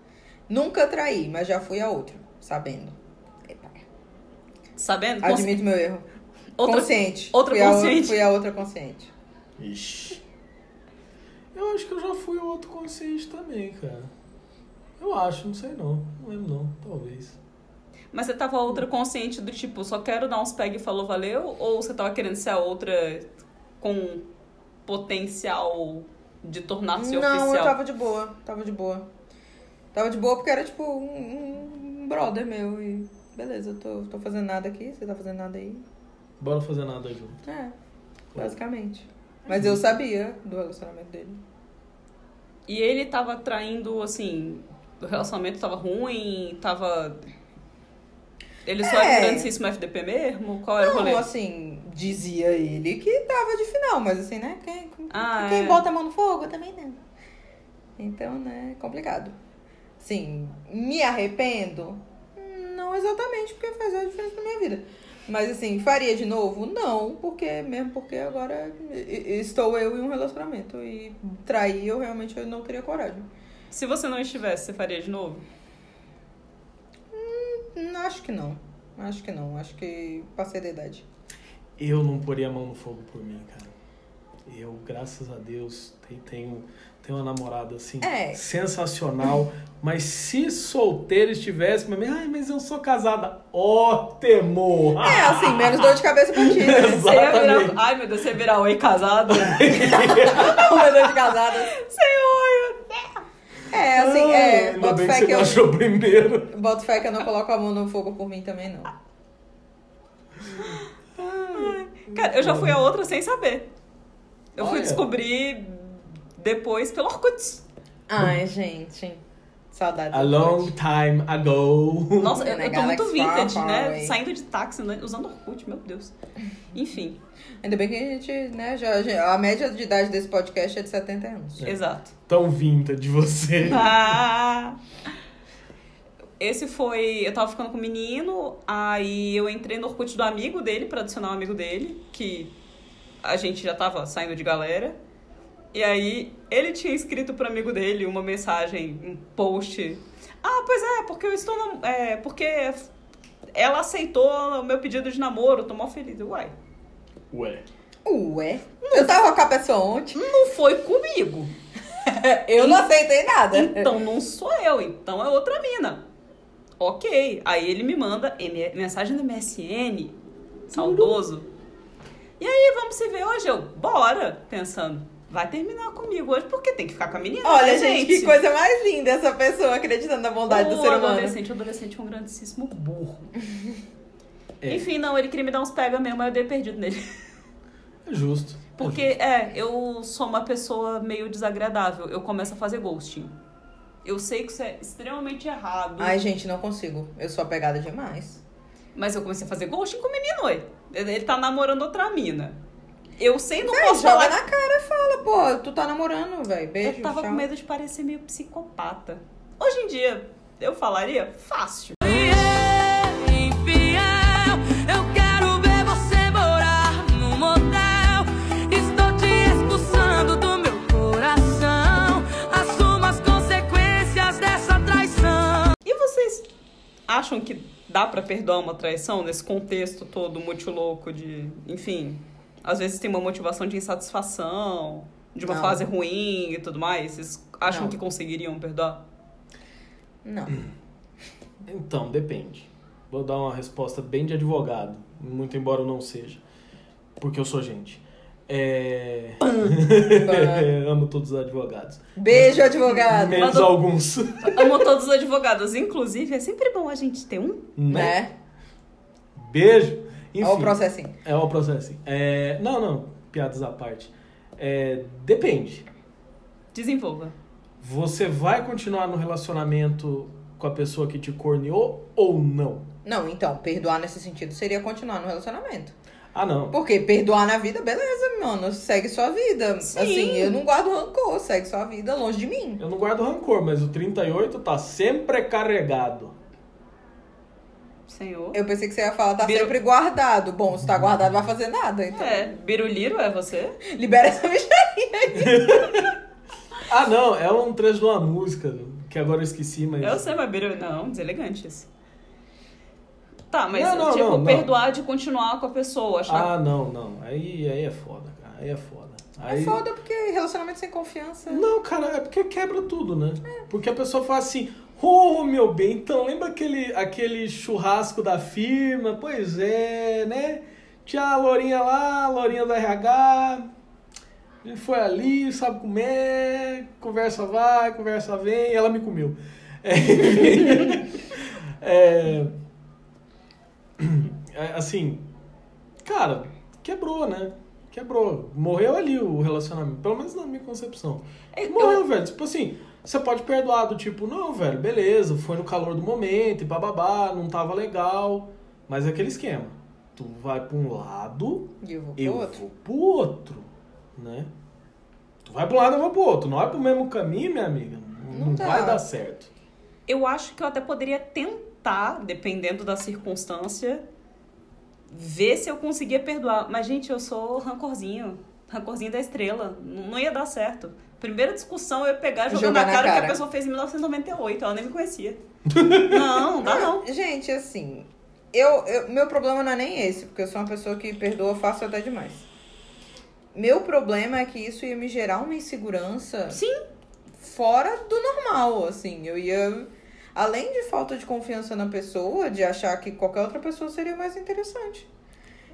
D: Nunca traí, mas já fui a outra, sabendo. Epa.
C: Sabendo? Consci-
D: Admito meu erro.
C: Outra...
D: consciente.
C: outra
D: fui A,
C: consciente.
D: outra- fui a outra consciente.
B: Ixi. Eu acho que eu já fui outro consciente também, cara. Eu acho, não sei não. Não lembro não, talvez.
C: Mas você tava outra consciente do tipo, só quero dar uns peg e falou valeu? Ou você tava querendo ser a outra com potencial de tornar-se
D: não,
C: oficial?
D: eu tava de boa. Tava de boa. Tava de boa porque era tipo um, um brother meu e. Beleza, eu tô, tô fazendo nada aqui, você tá fazendo nada aí.
B: Bora fazer nada junto.
D: É, basicamente. Mas eu sabia do relacionamento dele.
C: E ele tava traindo, assim, o relacionamento tava ruim, tava. Ele só
D: É.
C: era um grandíssimo FDP mesmo? Qual era o rolê?
D: Não, assim, dizia ele que tava de final, mas assim, né? Quem,
C: Ah,
D: quem
C: é.
D: bota a mão no fogo também não. Então, né, complicado. Sim, me arrependo? Não exatamente, porque faz a diferença na minha vida. Mas assim, faria de novo? Não, porque mesmo porque agora e- e- estou eu em um relacionamento. E trair eu realmente eu não teria coragem.
C: Se você não estivesse, você faria de novo?
D: Hum, Acho que não. Acho que não. Acho que passei da idade.
B: Eu não poria a mão no fogo por mim, cara. Eu, graças a Deus, te- tenho, tenho uma namorada assim,
D: É.
B: sensacional. Mas se solteira estivesse, mas, ai, mas eu sou casada. Ótimo!
D: É, assim, menos dor de cabeça pra ti.
C: <laughs>
D: né?
C: Você ia
B: Exatamente.
C: virar. Ai meu Deus, você ia virar oi
D: <laughs>
C: casado?
D: Comedor de casadas.
C: Senhor!
D: É, assim, é.
B: Ah, Ainda
D: Boto
B: bem que
D: fé
B: você
D: que, eu,
B: baixou primeiro.
D: boto fé que eu não coloco a mão no fogo por mim também, não.
C: Cara, eu já fui a outra sem saber. Eu fui
B: Olha.
C: descobrir depois pelo Orkut.
D: Ai, gente. Saudade.
B: A long time ago. <laughs>
C: Nossa, eu, eu tô muito
D: né, Galaxy
C: vintage,
D: far, far
C: né?
D: away.
C: Saindo de táxi, né? usando Orkut, meu Deus. Enfim,
D: Ainda bem que a gente, né, já, já- a média de idade desse podcast é de 70 anos.
B: É.
C: exato.
B: Tão vinda de você.
C: Ah! Esse foi. Eu tava ficando com o menino, aí eu entrei no Orkut do amigo dele, pra adicionar o amigo dele, que a gente já tava saindo de galera. E aí ele tinha escrito pro amigo dele uma mensagem, um post. Ah, pois é, porque eu estou. nam- É, porque ela aceitou o meu pedido de namoro, tô mó feliz. Uai.
B: Ué.
D: Ué? Eu tava com a pessoa ontem.
C: Não foi comigo.
D: Eu não aceitei nada.
C: Então não sou eu, então é outra mina. Ok. Aí ele me manda M- mensagem do MSN, saudoso. E aí, vamos se ver hoje? Eu, bora! Pensando, vai terminar comigo hoje, porque tem que ficar com a menina.
D: Olha,
C: né,
D: gente, que coisa mais linda essa pessoa acreditando na bondade do
C: O
D: ser humano.
C: adolescente, o adolescente é um grandíssimo burro.
B: É.
C: Enfim, não, ele queria me dar uns pega mesmo, mas eu dei perdido nele. <laughs>
B: É justo. é
C: Porque, é, eu sou uma pessoa meio desagradável. Eu começo a fazer ghosting. Eu sei que isso é extremamente errado.
D: Ai, gente, não consigo. Eu sou apegada demais.
C: Mas eu comecei a fazer ghosting com o menino, ué. Ele ele tá namorando outra mina. Eu sei, não
D: Ai,
C: posso
D: joga
C: falar.
D: na cara e fala, pô, tu tá namorando, velho. Beijo,
C: Eu tava
D: tchau.
C: com medo de parecer meio psicopata. Hoje em dia, eu falaria fácil.
F: infiel, eu
C: dá pra perdoar uma traição nesse contexto todo muito louco de. Enfim. Às vezes tem uma motivação de insatisfação, de uma
D: Não.
C: fase ruim e tudo mais. Vocês acham
D: Não.
C: que conseguiriam perdoar?
D: Não. <laughs>
B: Então, depende. Vou dar uma resposta bem de advogado, muito embora eu não seja, porque eu sou gente. É... <laughs> Amo todos os advogados,
D: Beijo, advogado.
B: menos
C: Manda-
B: alguns.
C: Amo todos os advogados. Inclusive, é sempre bom a gente ter um.
B: Né?
D: Né?
B: Beijo. Enfim,
D: Olha o processinho.
B: é o processo. sim. É... Não, não, piadas à parte. É... Depende.
C: Desenvolva.
B: Você vai continuar no relacionamento com a pessoa que te corneou ou não?
D: Não, então, perdoar nesse sentido seria continuar no relacionamento.
B: Ah, não.
D: Porque perdoar na vida, beleza, mano. Segue sua vida.
C: Sim.
D: Assim, eu não guardo rancor. Segue sua vida longe de mim.
B: Eu não guardo rancor, mas o 38 tá sempre carregado.
C: Senhor.
D: Eu pensei que você ia falar, tá
C: Virou-
D: sempre guardado. Bom, se tá guardado, vai fazer nada. Então,
C: É, Biruliro é você?
D: libera essa bicha.
B: Ah, não, é um trecho de uma música que agora eu esqueci, mas.
C: Eu sei, mas biru... Não, deselegante isso. Tá, mas
B: Não, não,
C: tipo,
B: não, não.
C: perdoar de continuar com a pessoa, achar...
B: Ah, não, não. Aí, aí é foda, cara. Aí é foda. Aí...
D: É foda porque relacionamento sem confiança.
B: Não, cara, é porque quebra tudo, né? Porque a pessoa fala assim, ô meu bem, então lembra aquele, aquele churrasco da firma? Pois é, né? Tinha a Lourinha lá, a Lourinha do RH. A gente foi ali, sabe como é, conversa vai, conversa vem, e ela me comeu. É, <laughs> enfim. É, é, assim, cara, quebrou, né? Quebrou. Morreu ali o relacionamento, pelo menos na minha concepção.
C: É,
D: Então-
C: eu-
B: Morreu, velho. Tipo assim, você pode perdoar do tipo, não, velho, beleza, foi no calor do momento e bababá, não tava legal. Mas é aquele esquema. Tu vai pra um lado,
D: E eu vou pro
B: eu
D: outro.
B: vou pro outro, né? Tu vai pra um lado, eu vou pro outro. Não é pro mesmo caminho, minha amiga. Não,
D: Não dá.
B: vai dar certo.
C: Eu acho que eu até poderia tentar, dependendo da circunstância, ver se eu conseguia perdoar. Mas, gente, eu sou rancorzinho. Rancorzinho da estrela. N- Não ia dar certo. Primeira discussão eu ia pegar e jogar,
D: Jogar
C: na
D: na
C: cara, o que
D: cara.
C: a pessoa fez em 1998. Ela nem me conhecia. <laughs> não, dá não.
D: Gente, assim, eu, eu- meu problema não é nem esse, porque eu sou uma pessoa que perdoa fácil até demais. Meu problema é que isso ia me gerar uma insegurança.
C: Sim.
D: Fora do normal, assim. Eu ia. Além de falta de confiança na pessoa, de achar que qualquer outra pessoa seria mais interessante.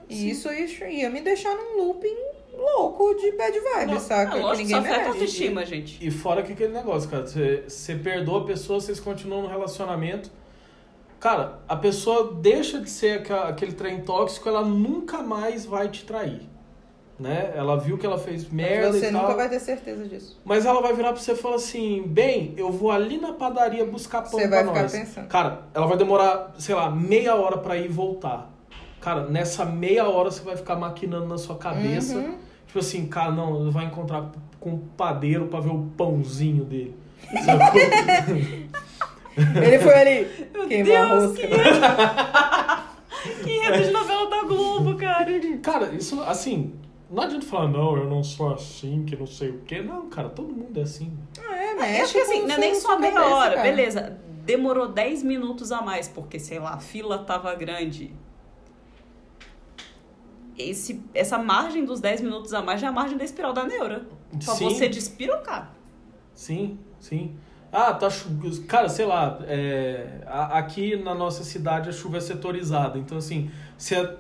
D: E isso ia, ia me deixar num looping louco de bad vibe,
B: Não,
C: Ah,
D: saca? que
C: lógico,
D: Tá, ninguém
C: só afeta a
D: merece.
C: autoestima, gente.
B: E fora que aquele negócio, cara, você, você perdoa a pessoa, vocês continuam no relacionamento. Cara, a pessoa deixa de ser aqua- aquele trem tóxico, ela nunca mais vai te trair. Né? Ela viu que ela fez merda
D: Você
B: e
D: nunca
B: tal.
D: vai ter certeza disso.
B: Mas ela vai virar pra você e falar assim: bem, eu vou ali na padaria buscar pão
D: Você
B: Tá pra
D: vai ficar
B: nós.
D: pensando.
B: Cara, ela vai demorar, sei lá, meia hora pra ir e voltar. Cara, nessa meia hora você vai ficar maquinando na sua cabeça. Tipo assim, cara, não, vai encontrar com o padeiro pra ver o pãozinho dele. Sacou?
D: Ele foi ali. Queimou a
C: Deus,
D: rosca.
C: que enredo de novela da Globo, cara.
B: cara, isso, assim, não adianta falar, não, eu não sou assim, que não sei o quê. Não, cara, todo mundo é assim.
D: É,
C: É,
D: mexe
C: acho que
D: com-
C: assim, não é nem
D: com
C: só
D: sua
C: meia
D: cabeça,
C: hora,
D: cara.
C: beleza. Demorou 10 minutos a mais, porque, sei lá, a fila tava grande. Esse, essa margem dos 10 minutos a mais já é a margem da espiral da neura. Pra
B: Sim.
C: você despirocar.
B: Sim, sim. Ah, tá chuva. Cara, sei lá, é, a- aqui na nossa cidade a chuva é setorizada. Então, assim, se é-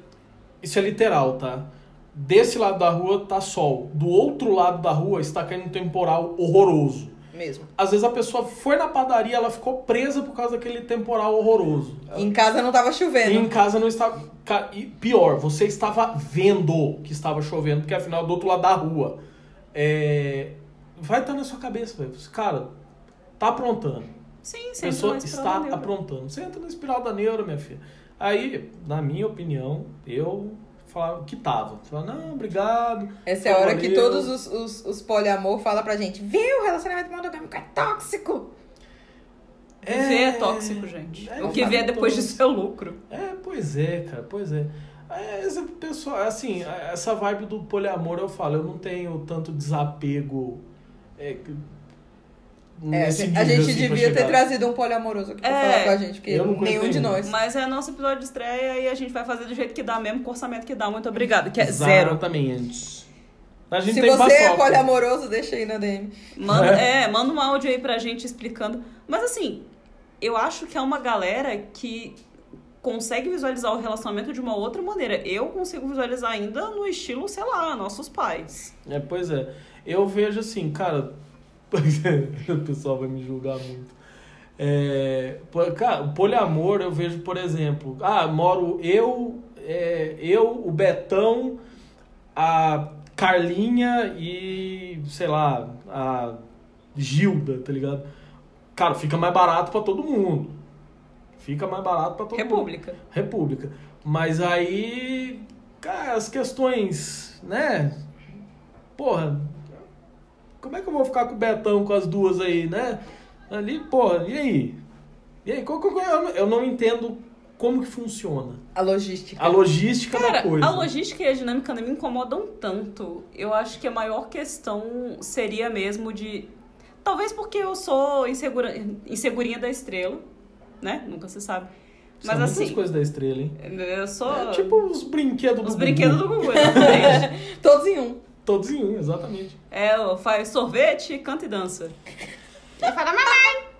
B: isso é literal, tá? Desse lado da rua tá sol. Do outro lado da rua está caindo um temporal horroroso.
D: Mesmo.
B: Às vezes a pessoa foi na padaria, ela ficou presa por causa daquele temporal horroroso.
D: Em casa não tava
B: E
D: chovendo.
B: em casa não estava. ca- E pior, você estava vendo que estava chovendo, porque afinal do outro lado da rua. É, Vai estar na sua cabeça, velho. Cara, tá aprontando.
C: Sim,
B: A
C: sempre
B: pessoa
C: uma espiral da
B: está
C: neura.
B: aprontando. Você entra na espiral da neura, minha filha. Aí, na minha opinião, eu falava que tava. Você fala, não, obrigado.
D: Essa é a hora
B: Valeu.
D: que todos os, os, os poliamor falam pra gente: viu, relacionamento monogâmico é tóxico.
C: Ver é tóxico, gente.
B: é
C: o que vê depois disso é lucro.
B: É, pois é, cara, pois é. É, Essa pessoa, assim, a- essa vibe do poliamor, eu falo, eu não tenho tanto desapego é, que-
D: É,
B: nesse
D: a
B: nível,
D: gente
B: assim, pra
D: devia ter
B: chegar.
D: trazido um poliamoroso aqui pra
C: É.
D: falar com a gente, porque
B: Eu não
D: nenhum
B: conheço
D: de
B: nenhum.
D: nós.
C: Mas é nosso episódio de estreia e a gente vai fazer do jeito que dá mesmo, com o orçamento que dá. Muito obrigado, que é zero.
B: Exatamente. A gente
D: Se
B: tem
D: você é
B: paçoca.
D: poliamoroso, deixa aí na DM.
C: Manda,
B: Né?
C: é, manda um áudio aí pra gente explicando. Mas assim, eu acho que é uma galera que consegue visualizar o relacionamento de uma outra maneira. Eu consigo visualizar ainda no estilo, sei lá, nossos pais.
B: É, pois é. Eu vejo assim, cara. <laughs> é, o pessoal vai me julgar muito. É, po- cara, o poliamor, eu vejo, por exemplo. Ah, moro eu, é, eu, o Betão, a Carlinha e, sei lá, a Gilda, tá ligado? Cara, fica mais barato pra todo mundo. Fica mais barato pra todo mundo.
C: República.
B: República. Mas aí, cara, as questões, né? Porra, como é que eu vou ficar com o Betão com as duas aí, né? Ali, porra, e aí? E aí, qual, qual- qual- eu não- eu não entendo como que funciona
D: A logística.
B: a logística da
C: Cara,
B: coisa.
C: a logística e a dinâmica me incomodam tanto. Eu acho que a maior questão seria mesmo de. Talvez porque eu sou insegura... insegurinha da estrela, né? Nunca se sabe.
B: São
C: Mas
B: muitas
C: assim,
B: coisas da estrela, hein?
C: eu sou.
B: É tipo os brinquedos do
C: Os
B: Gugu.
C: brinquedos do Gugu, né?
B: <laughs>
C: exatamente.
D: Todos em um.
B: Todos em um, exatamente.
C: é, eu faz sorvete, canta e dança. Ela fala, mamãe!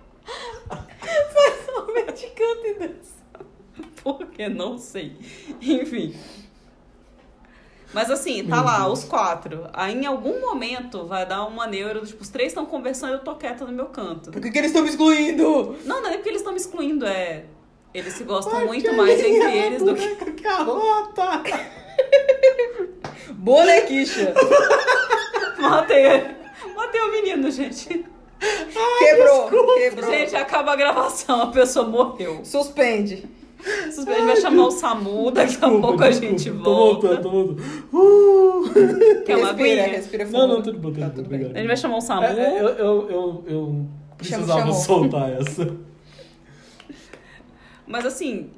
C: <laughs>
D: Faz sorvete, canta e dança.
C: Porque não sei. Enfim. Mas assim, tá lá, os quatro. Aí em algum momento vai dar uma neuro, tipo, os três estão conversando e eu tô quieta no meu canto.
D: Por que, que eles estão me excluindo?
C: Não, não é nem porque eles estão me excluindo, é. Eles se gostam muito
B: que
C: mais
B: linda,
C: entre eles do que.
B: boneca
C: <laughs>
B: Carlota!
C: <laughs>
D: Bonequicha.
C: Matei. Matei o menino, gente.
D: quebrou, quebrou.
C: Gente, acaba a gravação, a pessoa morreu.
D: Suspende.
C: Suspeito vai chamar o SAMU, daqui a pouco a gente
B: desculpa.
C: volta.
B: Tô voltando, tô voltando. Uh! <laughs>
C: Quer uma
D: respira,
C: aguinha?
D: respira
B: Não,
D: fundo.
B: não, tudo bom, tudo
D: Tá
B: bom,
D: tudo bem.
B: obrigado.
C: A gente vai chamar o SAMU.
B: É, é, eu, eu, eu, eu precisava
D: chamou.
B: soltar essa.
C: Mas assim,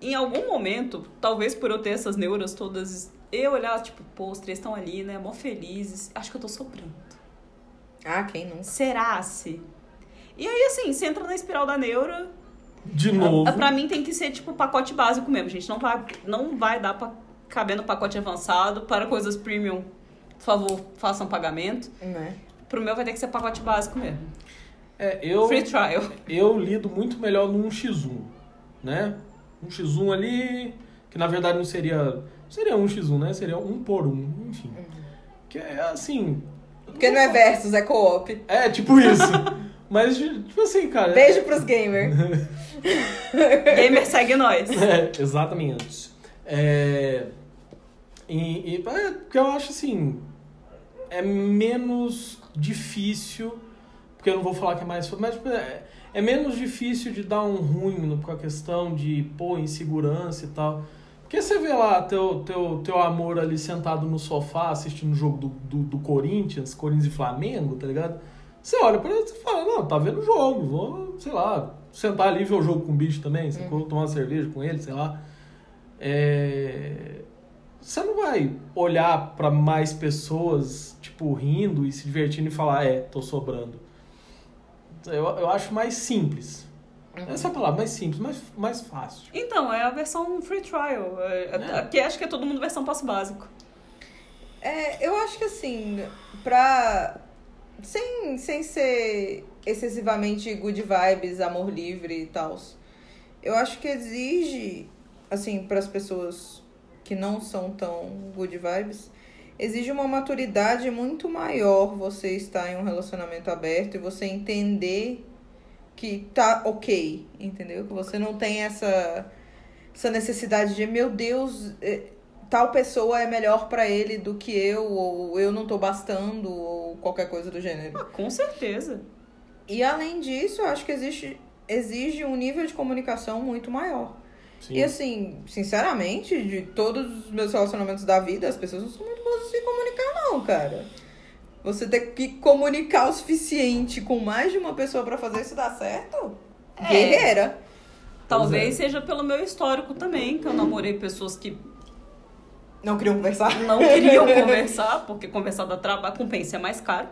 C: em algum momento, talvez por eu ter essas neuras todas, eu olhar, tipo, pô, os três estão ali, né? Mó felizes. Acho que eu tô soprando.
D: Ah, quem não?
C: Será-se? E aí, assim, você entra na espiral da neura.
B: De novo.
C: Ah, Pra mim tem que ser, tipo, pacote básico mesmo, gente. Não vai, não vai dar pra caber no pacote avançado. Para coisas premium, por favor, façam pagamento.
D: Né?
C: Pro meu vai ter que ser pacote básico mesmo.
B: É, eu,
C: Free trial.
B: eu lido muito melhor num X1, né? Um X1 ali, que na verdade não seria. Seria um X1, né? Seria um por um, enfim. Que é assim.
D: Uhum. Porque não é versus, é co-op.
B: É, tipo isso.
D: <laughs>
B: Mas, tipo assim, cara. <laughs>
D: Beijo pros gamers.
C: Gamer segue nós.
B: É, <laughs> exatamente. É, e, e- é, porque eu acho assim. É menos difícil. Porque eu não vou falar que é mais. Mas tipo, é, é menos difícil de dar um ruim no- com a questão de, pô, insegurança e tal. Porque você vê lá teu, teu, teu amor ali sentado no sofá assistindo o jogo do, do, do Corinthians, Corinthians e Flamengo, tá ligado? Você olha pra ele e fala, não, tá vendo o jogo, vou, sei lá, sentar ali e ver o jogo com o bicho também, sacou? tomar uma cerveja com ele, sei lá. É... Você não vai olhar pra mais pessoas, tipo, rindo e se divertindo e falar, é, tô sobrando. Eu, eu acho mais simples. Essa é a palavra, mais simples, mais, mais fácil.
C: Então, é a versão free trial. É,
B: É.
C: Que acho que é todo mundo versão passo básico.
D: É, eu acho que assim, pra. Sem, sem ser excessivamente good vibes, amor livre e tal. Eu acho que exige, assim, pras pessoas que não são tão good vibes, exige uma maturidade muito maior você estar em um relacionamento aberto e você entender que tá ok, entendeu? Que você não tem essa, essa necessidade de, meu Deus, eh, tal pessoa é melhor pra ele do que eu, ou eu não tô bastando, ou qualquer coisa do gênero.
C: Ah, com certeza.
D: E além disso, eu acho que existe, exige um nível de comunicação muito maior.
B: Sim.
D: E assim, sinceramente, de todos os meus relacionamentos da vida, as pessoas não são muito boas em se comunicar, não, cara. Você ter que comunicar o suficiente com mais de uma pessoa pra fazer isso dar certo? É. Guerreira.
C: Talvez
B: é.
C: seja pelo meu histórico também, que eu namorei pessoas que
D: Não queriam conversar?
B: <laughs>
C: não queriam conversar, porque conversar dá trabalho, compensa é mais caro.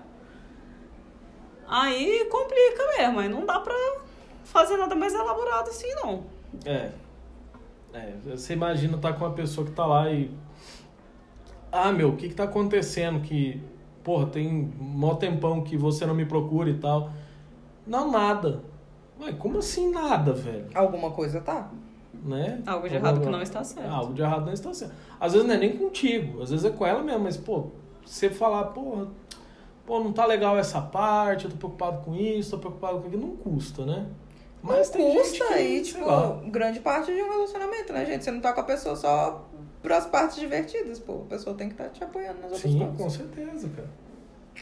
C: Aí complica mesmo, aí não dá pra fazer nada mais elaborado assim, não.
B: É. É, você imagina tá com uma pessoa que tá lá e. Ah, meu, o que que tá acontecendo? Que, porra, tem mó tempão que você não me procura e tal. Não, nada. Ué, como assim nada, velho?
D: Alguma coisa tá?
B: Né?
C: Algo de
B: Alguma-
C: errado que não está certo.
B: Ah, Algo de errado não está certo. Às vezes não é nem contigo, às vezes é com ela mesmo, mas, pô, você falar, porra, pô, não tá legal essa parte, eu tô preocupado com isso, tô preocupado com aquilo, não custa, né? Mas
D: não
B: tem gente
D: custa
B: que,
D: aí,
B: sei
D: tipo,
B: lá.
D: grande parte de um relacionamento, né, gente? Você não tá com a pessoa só pras partes divertidas, pô. A pessoa tem que estar te apoiando nas outras
B: Sim,
D: coisas.
B: com certeza, cara.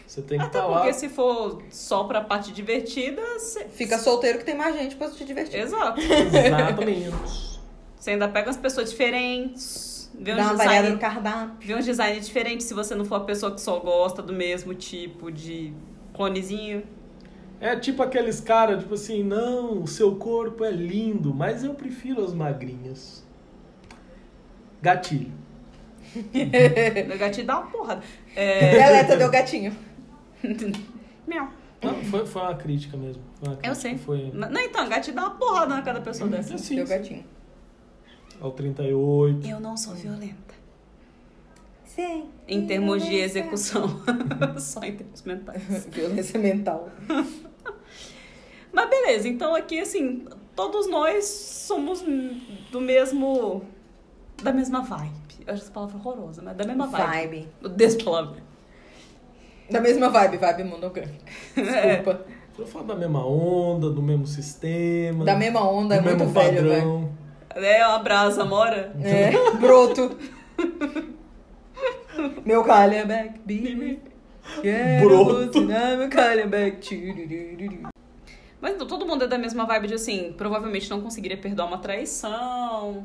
B: Você tem que
C: Até
B: estar tá lá.
C: porque se for só pra parte divertida, cê-
D: Fica solteiro que tem mais gente pra te divertir.
C: Exato.
B: Exatamente.
C: Você ainda pega umas pessoas diferentes, vê
D: Dá
C: uns,
D: uma variada
C: design,
D: no cardápio.
C: vê uns um design diferentes se você não for a pessoa que só gosta do mesmo tipo de clonezinho.
B: É tipo aqueles caras, tipo assim, não, o seu corpo é lindo, mas eu prefiro as magrinhas. Gatilho.
C: O gatinho dá uma porrada. É.
D: Deleta, deu gatinho.
C: Meu.
B: Não, foi, foi uma crítica mesmo. Foi uma crítica,
C: sei.
B: Foi
C: Não, então, gatinho dá uma porrada na cada pessoa dessa.
B: Assim,
D: Deu gatinho.
B: ao 38.
C: Eu não sou violenta.
D: Sim.
C: Em termos de execução. <laughs> Só em termos mentais.
D: <laughs> Violência mental.
C: Mas beleza, então aqui assim, todos nós somos do mesmo. da mesma vibe. Eu acho essa palavra horrorosa, mas da mesma vibe.
D: Vibe.
C: Odeio essa palavra.
D: Da mesma vibe, vibe monogâmica. Desculpa.
B: Eu falo da mesma onda, do mesmo sistema.
D: Da mesma onda, é
B: do
D: muito
B: mesmo
D: velho, né? velho.
B: padrão.
C: É uma brasa, mora?
D: É, broto. Meu Kalhambeck, baby. Quero
B: Broto.
D: alucinar meu Kalhambeck. Tchurururu.
C: Mas então, todo mundo é da mesma vibe de assim, provavelmente não conseguiria perdoar uma traição.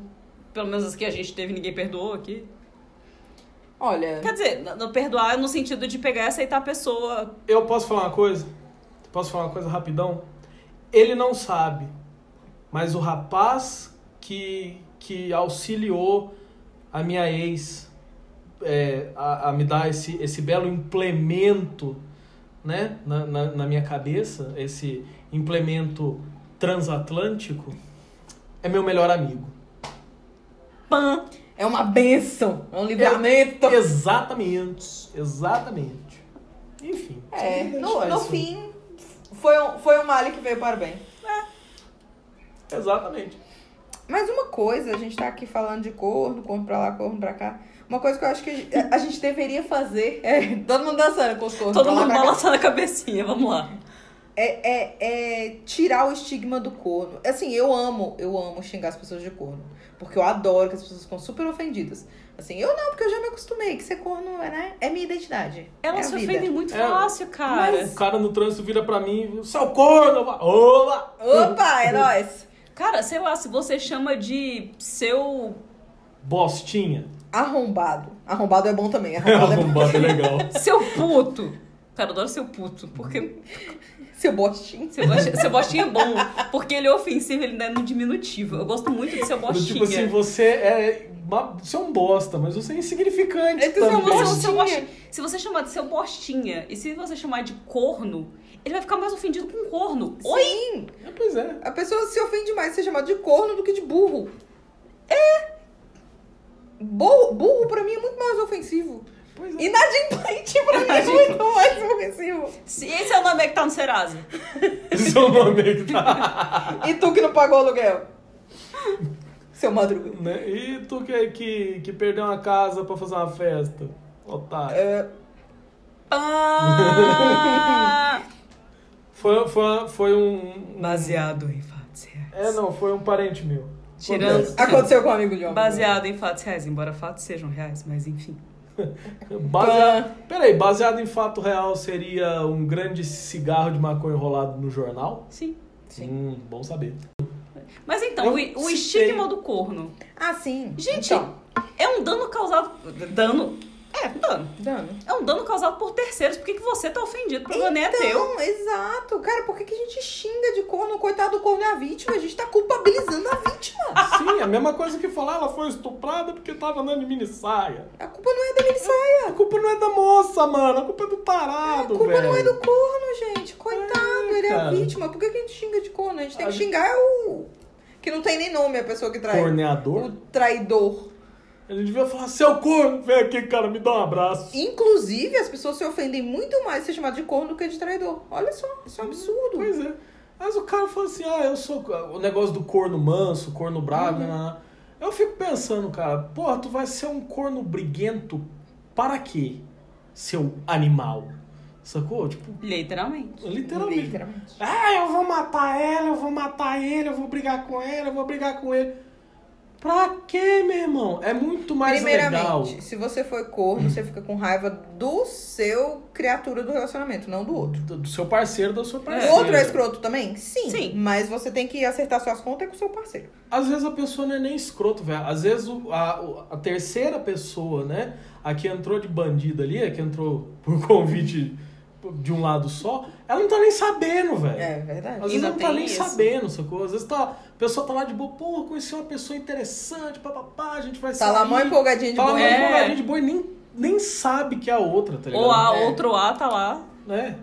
C: Pelo menos as que a gente teve, ninguém perdoou aqui.
D: Olha,
C: Quer dizer, n- não perdoar é no sentido de pegar e aceitar a pessoa.
B: Eu posso falar uma coisa? Posso falar uma coisa rapidão? Ele não sabe, mas o rapaz que, que auxiliou a minha ex é, a, a me dar esse, esse belo implemento né, na, na, na minha cabeça, esse implemento transatlântico, é meu melhor amigo.
C: Pã!
D: é uma benção. É um livramento.
B: Exatamente, exatamente. Enfim. só
D: É,
B: queria
D: no,
B: deixar
D: no
B: isso.
D: fim, foi, um- foi o Mali que veio para o bem.
B: Exatamente.
D: Mas uma coisa, a gente tá aqui falando de corno, corno pra lá, corno pra cá. Uma coisa que eu acho que a gente deveria fazer é <laughs> todo mundo dançando com os cornos.
C: Todo
D: pra lá,
C: mundo
D: pra cá.
C: balançando a cabecinha, vamos lá.
D: É, é, é tirar o estigma do corno. Assim, eu amo, eu amo xingar as pessoas de corno. Porque eu adoro que as pessoas ficam super ofendidas. Assim, eu não, porque eu já me acostumei que ser corno é, né, é minha identidade. é
C: Elas
D: a
C: se
D: vida.
C: ofendem muito
B: É,
C: fácil, cara.
B: O cara no trânsito vira pra mim e fala, seu corno! Ola!
D: Opa, é nóis!
C: Cara, sei lá, se você chama de seu.
B: Bostinha.
D: Arrombado. Arrombado é bom
B: É
D: também. Arrombado é bom.
B: arrombado, é legal.
C: seu puto. Cara, eu adoro seu puto, porque
D: <laughs> Seu bostinho.
C: Seu bosti- seu bostinha é bom, porque ele é ofensivo, ele ainda é no diminutivo. Eu gosto muito de seu
B: Do
C: bostinha.
B: Tipo assim, você é. ma- Você é um bosta, mas você é insignificante.
D: É que você é um
B: também.
C: Você é o seu
D: bostinha.
C: bosti- Se você chamar de seu bostinha e se você chamar de corno, ele vai ficar mais ofendido com corno. Oi?
D: Sim!
B: É, pois é.
D: A pessoa se ofende mais de ser chamado de corno do que de burro. É! Burro, burro pra mim é muito mais ofensivo.
B: Pois é.
D: Inadimplente pra mim é muito mais ofensivo.
C: Se esse é o nome que tá no Serasa.
B: Seu nome é que tá. <laughs>
D: E tu que não pagou o aluguel? Seu madruga.
B: né? E tu que, que, que perdeu uma casa pra fazer uma festa? Otário.
D: É.
C: Ah!
B: Foi, foi, foi um.
C: <laughs> Baseado em fatos reais.
B: É, não, foi um parente meu.
C: Tirando.
D: Aconteceu com um amigo de homem.
C: Baseado em fatos reais, embora fatos sejam reais, mas enfim.
D: Ah.
B: Baseado, peraí, baseado em fato real seria um grande cigarro de maconha enrolado no jornal?
C: Sim.
D: Sim.
B: Hum, bom saber.
C: Mas então,
B: Eu
C: o, o
B: citei.
C: estigma do corno.
D: Ah, sim.
C: Gente,
D: Então,
C: é um dano causado. Dano? É, dano.
D: dano.
C: É um dano causado por terceiros. Por que, que você tá ofendido? O problema nem é teu.
D: Então, exato. Cara, por que, que a gente xinga de corno? Coitado do corno é a vítima. A gente tá culpabilizando a vítima.
B: Sim, a mesma coisa que falar, ela foi estuprada porque tava andando de mini saia.
D: A culpa não é da Melissa
B: A culpa não é da moça, mano, a culpa é do tarado,
D: A culpa
B: velho.
D: não é do corno, gente. Coitado. a
B: cara.
D: vítima. Por que que a gente xinga de corno? A gente tem
B: A
D: que
B: gente-
D: xingar o. Que não tem nem nome a pessoa que trai. O
B: Corneador?
D: traidor.
B: A gente devia falar, seu corno, vem aqui, cara, me dá um abraço.
D: Inclusive, as pessoas se ofendem muito mais de ser chamado de corno do que de traidor. Olha só, isso é um absurdo.
B: Pois é. Mas o cara fala assim, ah, eu sou... O negócio do corno manso, corno bravo,
D: Uhum.
B: né, né, né. Eu fico pensando, cara, porra, tu vai ser um corno briguento para quê, seu animal? Sacou? Tipo,
C: Literalmente.
B: literalmente.
D: Literalmente.
B: Ah, eu vou matar ela, eu vou matar ele, eu vou brigar com ela, eu vou brigar com ele. Pra quê, meu irmão? É muito mais legal.
D: Primeiramente, se você foi corno, você fica com raiva do seu criatura do relacionamento, não do outro.
B: Do do seu parceiro, da sua
D: O
B: parceira.
D: outro é escroto também? Sim.
C: Sim.
D: Mas você tem que acertar suas contas com o seu parceiro.
B: Às vezes a pessoa não é nem escroto, velho. Às vezes o- a, o- a terceira pessoa, né? A que entrou de bandida ali, a que entrou por <laughs> convite de um lado só, ela não tá nem sabendo, velho.
D: É verdade.
B: Às vezes
C: Ainda
B: não tá
C: tem
B: nem
C: isso.
B: sabendo, sacou? Às vezes tá, a pessoa tá lá de boa, pô, conheci uma pessoa interessante, papapá, a gente vai
D: Tá lá
B: sair.
D: mó empolgadinha de
B: Fala
D: boa.
B: uma
C: É.
B: empolgadinha de boi nem, nem sabe que é a outra, tá ligado?
C: Ou A,
D: É.
C: outro A tá lá.
B: É.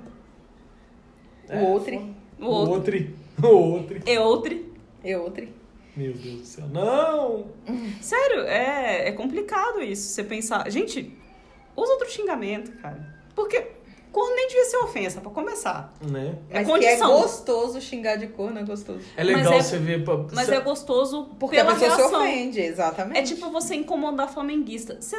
D: É. O outro.
C: O
B: O
C: outro. é
B: outro. <laughs> O outro.
C: E outro.
D: E É outro.
B: Meu Deus do céu. Não!
C: Sério, é, é complicado isso. Você pensar. Gente, usa outro xingamento, cara. Porque corno nem devia ser ofensa, pra começar.
B: Né?
C: É
D: Mas que é
C: condição.
D: gostoso xingar de corno, é gostoso.
B: É legal
C: Mas é-
B: você ver. Pra,
C: Mas
B: cê-
C: é gostoso
D: Porque
C: pela
D: a pessoa se
C: reação.
D: ofende, exatamente.
C: É tipo você incomodar flamenguista. Você,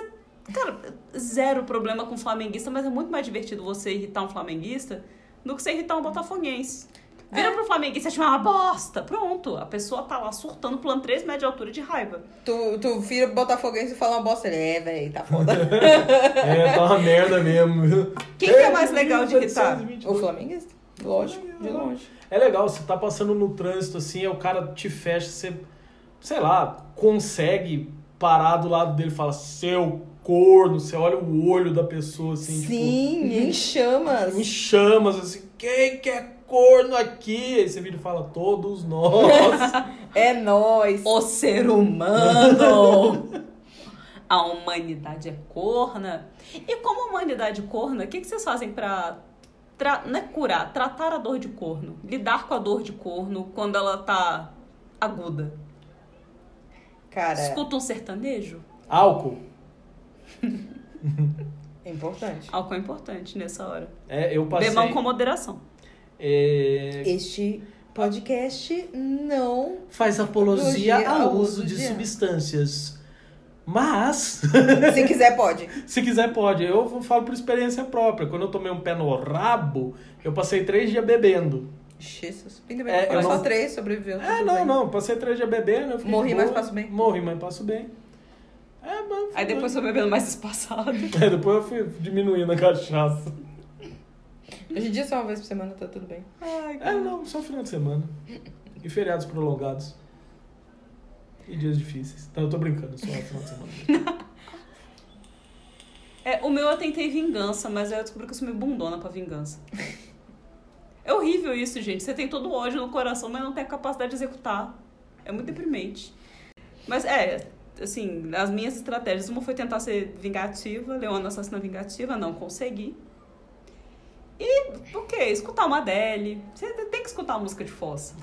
C: cara, zero problema com flamenguista, mas é muito mais divertido você irritar um flamenguista do que você irritar um botafoguense.
D: É.
C: Vira pro flamenguista e chama uma bosta. Pronto, a pessoa tá lá surtando, plano 3 metros de altura de raiva.
D: Tu, tu vira botafoguense e fala uma bosta. Ele, é, véi, tá
B: <laughs>
C: <laughs>
D: foda.
B: É, tá uma merda mesmo.
C: Quem que é mais legal de irritar?
B: 422.
D: o flamenguista. Lógico, de longe.
B: É legal, você tá passando no trânsito assim, aí o cara te fecha, você, sei lá, consegue parar do lado dele e falar, seu corno, você olha o olho da pessoa assim, tipo.
D: Sim,
C: <laughs>
D: em chamas.
B: em chamas, assim, quem que é corno aqui? Aí você vira e fala, todos
C: <laughs>
B: nós.
D: É nóis.
C: O ser <laughs> humano! A humanidade é corna. E como humanidade é corna, o que, que vocês fazem pra. tra- Não é curar, tratar a dor de corno. Lidar com a dor de corno quando ela tá aguda.
D: Cara,
C: Escuta um sertanejo?
B: Álcool.
D: é importante.
C: Álcool é importante nessa hora.
B: É, eu passei.
C: Bebam com moderação.
B: é,
D: Este podcast não.
B: faz apologia
D: Apologia
B: ao
D: ao
B: uso
D: uso
B: de
D: de
B: substâncias. Mas, <laughs>
D: Se quiser, pode.
B: se quiser, pode. Eu vou- falo por experiência própria. Quando eu tomei um pé no rabo, eu passei três dias bebendo.
D: Jesus. Ainda
B: É,
D: bem que foram
B: eu
D: só
B: não-
D: três, sobreviveu.
B: É,
D: tudo
B: não,
D: bem.
B: não. Passei três dias bebendo. Eu fiquei
D: Morri,
B: de boa.
D: mas passo bem.
B: Morri, mas passo bem. É, mas.
C: Aí depois foi bebendo mais espaçado.
B: <laughs> É, depois eu fui diminuindo a cachaça.
D: Hoje em dia só uma vez por semana tá tudo bem.
C: Ai,
B: É,
C: cara.
B: não, só final de semana. E feriados prolongados. E dias difíceis. Não, eu tô brincando, só final de semana.
C: É, o meu eu tentei vingança, mas aí eu descobri que eu sou meio bundona pra vingança. É horrível isso, gente. Você tem todo o ódio no coração, mas não tem a capacidade de executar. É muito deprimente. Mas é, assim, as minhas estratégias. Uma foi tentar ser vingativa, Leona assassina vingativa, não consegui. E o quê? Escutar uma Adele. Você tem que escutar a música de fossa.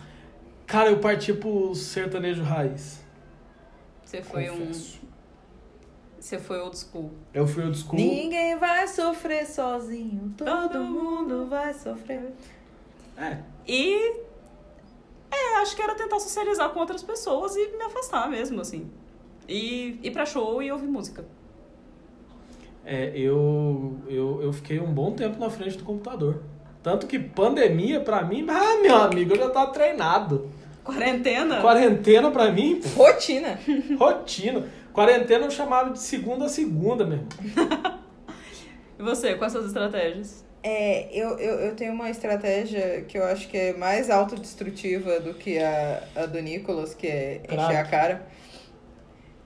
B: Cara, eu parti pro sertanejo raiz.
C: Você foi
B: confesso.
C: um. Você foi old school.
B: Eu fui old school.
D: Ninguém vai sofrer sozinho. Todo mundo vai sofrer.
B: É,
C: E é, acho que era tentar socializar com outras pessoas e me afastar mesmo, assim. E ir pra show e ouvir música.
B: é, eu, eu, eu fiquei um bom tempo na frente do computador. Tanto que pandemia pra mim, <laughs> ah, meu amigo, eu já tava treinado.
C: Quarentena?
B: Quarentena pra mim, <laughs>
D: Rotina.
B: rotina. Quarentena eu chamava de segunda a segunda mesmo.
C: E você, quais suas estratégias?
D: É, eu, eu, eu tenho uma estratégia que eu acho que é mais autodestrutiva do que a, a do Nicolas, que é encher a
B: Crack.
D: cara.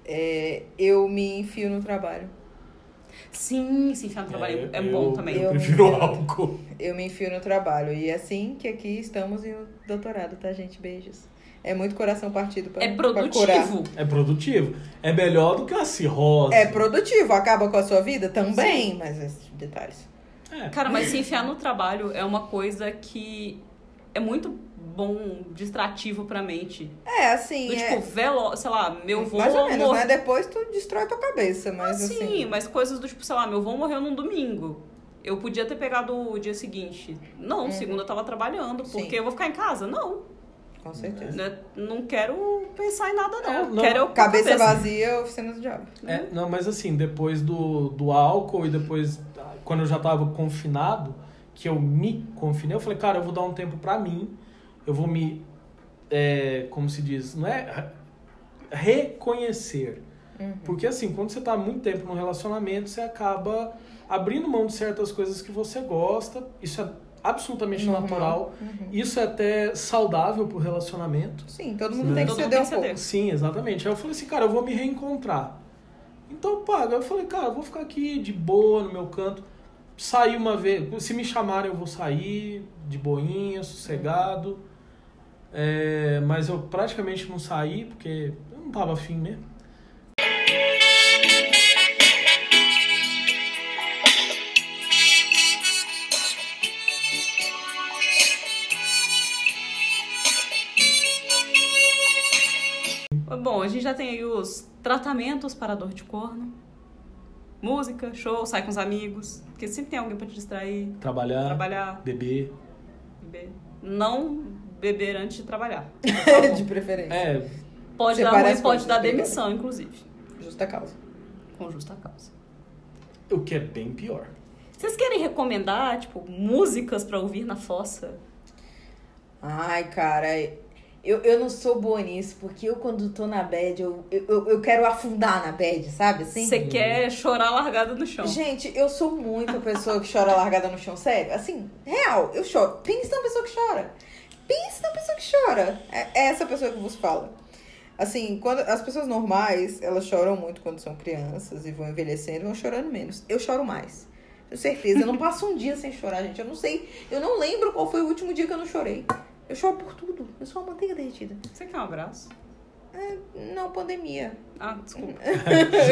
D: É, eu me enfio no trabalho.
C: Sim, se enfiar no trabalho é,
B: eu-
C: bom também.
B: Eu,
D: Eu-
B: prefiro álcool.
D: Eu me enfio no trabalho. E é assim que aqui estamos em um doutorado, tá, gente? Beijos. É muito coração partido pra,
C: É
D: pra curar.
C: produtivo.
B: É produtivo. É melhor do que a cirrose.
D: É produtivo, acaba com a sua vida também, mas esses detalhes.
B: É.
C: Cara, mas se enfiar no trabalho é uma coisa que é muito bom distrativo pra mente.
D: É, assim.
C: Do,
D: é-
C: tipo, velo, sei lá, meu vô
D: mais ou menos,
C: morreu.
D: né? Depois tu destrói tua cabeça, mas
C: Ah, Sim,
D: assim.
C: mas coisas do tipo, sei lá, meu vô morreu num domingo. Eu podia ter pegado o dia seguinte. Não, segunda eu tava trabalhando,
D: Uhum. Sim.
C: porque eu vou ficar em casa. Não,
D: Com certeza.
C: né? não quero pensar em nada, não.
B: É, não.
C: Quero eu com a
D: Cabeça vazia, oficina do diabo.
B: É, não, mas assim, depois do, do álcool e depois, ah, quando eu já tava confinado, que eu me confinei, eu falei, cara, eu vou dar um tempo pra mim, eu vou me, é, como se diz, não é? Reconhecer.
D: Uhum.
B: Porque assim, quando você tá muito tempo num relacionamento, você acaba abrindo mão de certas coisas que você gosta, isso é absolutamente
D: Normal. Uhum.
B: natural, isso é até saudável pro relacionamento.
D: Sim, todo mundo
B: Sim.
D: tem que
C: Todo mundo
D: ceder
C: tem
D: um
C: que ceder.
D: pouco.
B: Sim, exatamente. Aí eu falei assim, cara, eu vou me reencontrar. Então, pá, eu falei, cara, eu vou ficar aqui de boa no meu canto. Sair uma vez, se me chamarem eu vou sair, de boinha, sossegado. É, mas eu praticamente não saí, porque eu não tava afim né? mesmo.
C: Bom, a gente já tem aí os tratamentos para dor de corno. Música, show, sai com os amigos. Porque sempre tem alguém pra te distrair,
D: É.
B: Trabalhar,
C: trabalhar,
B: beber.
C: beber. Não beber antes de trabalhar.
D: né? de preferência.
B: É,
C: Pode
D: Você
C: dar
D: parece né?
C: ruim, pode
D: com-
C: dar demissão, inclusive.
D: Justa causa.
C: Com justa causa.
B: o que é bem pior. <laughs>
C: Vocês querem recomendar, tipo, músicas pra ouvir na fossa?
D: Ai, cara, é, eu, eu não sou boa nisso, porque eu quando tô na bad, eu, eu, eu- eu quero afundar na bad, sabe? Assim?
C: Você quer chorar largada no chão.
D: Gente, eu sou muito a pessoa que chora largada no chão, sério. Assim, real, eu choro. Pense na pessoa que chora. Pense na pessoa que chora. É, é essa pessoa que vos fala. Assim, quando as pessoas normais, elas choram muito quando são crianças e vão envelhecendo, vão chorando menos. Eu choro mais. Tenho certeza, eu não passo um dia sem chorar, gente. Eu não sei, eu não lembro qual foi o último dia que eu não chorei. Eu choro por tudo. Eu sou uma manteiga derretida.
C: Você quer um abraço?
D: Não, pandemia.
C: Ah, desculpa.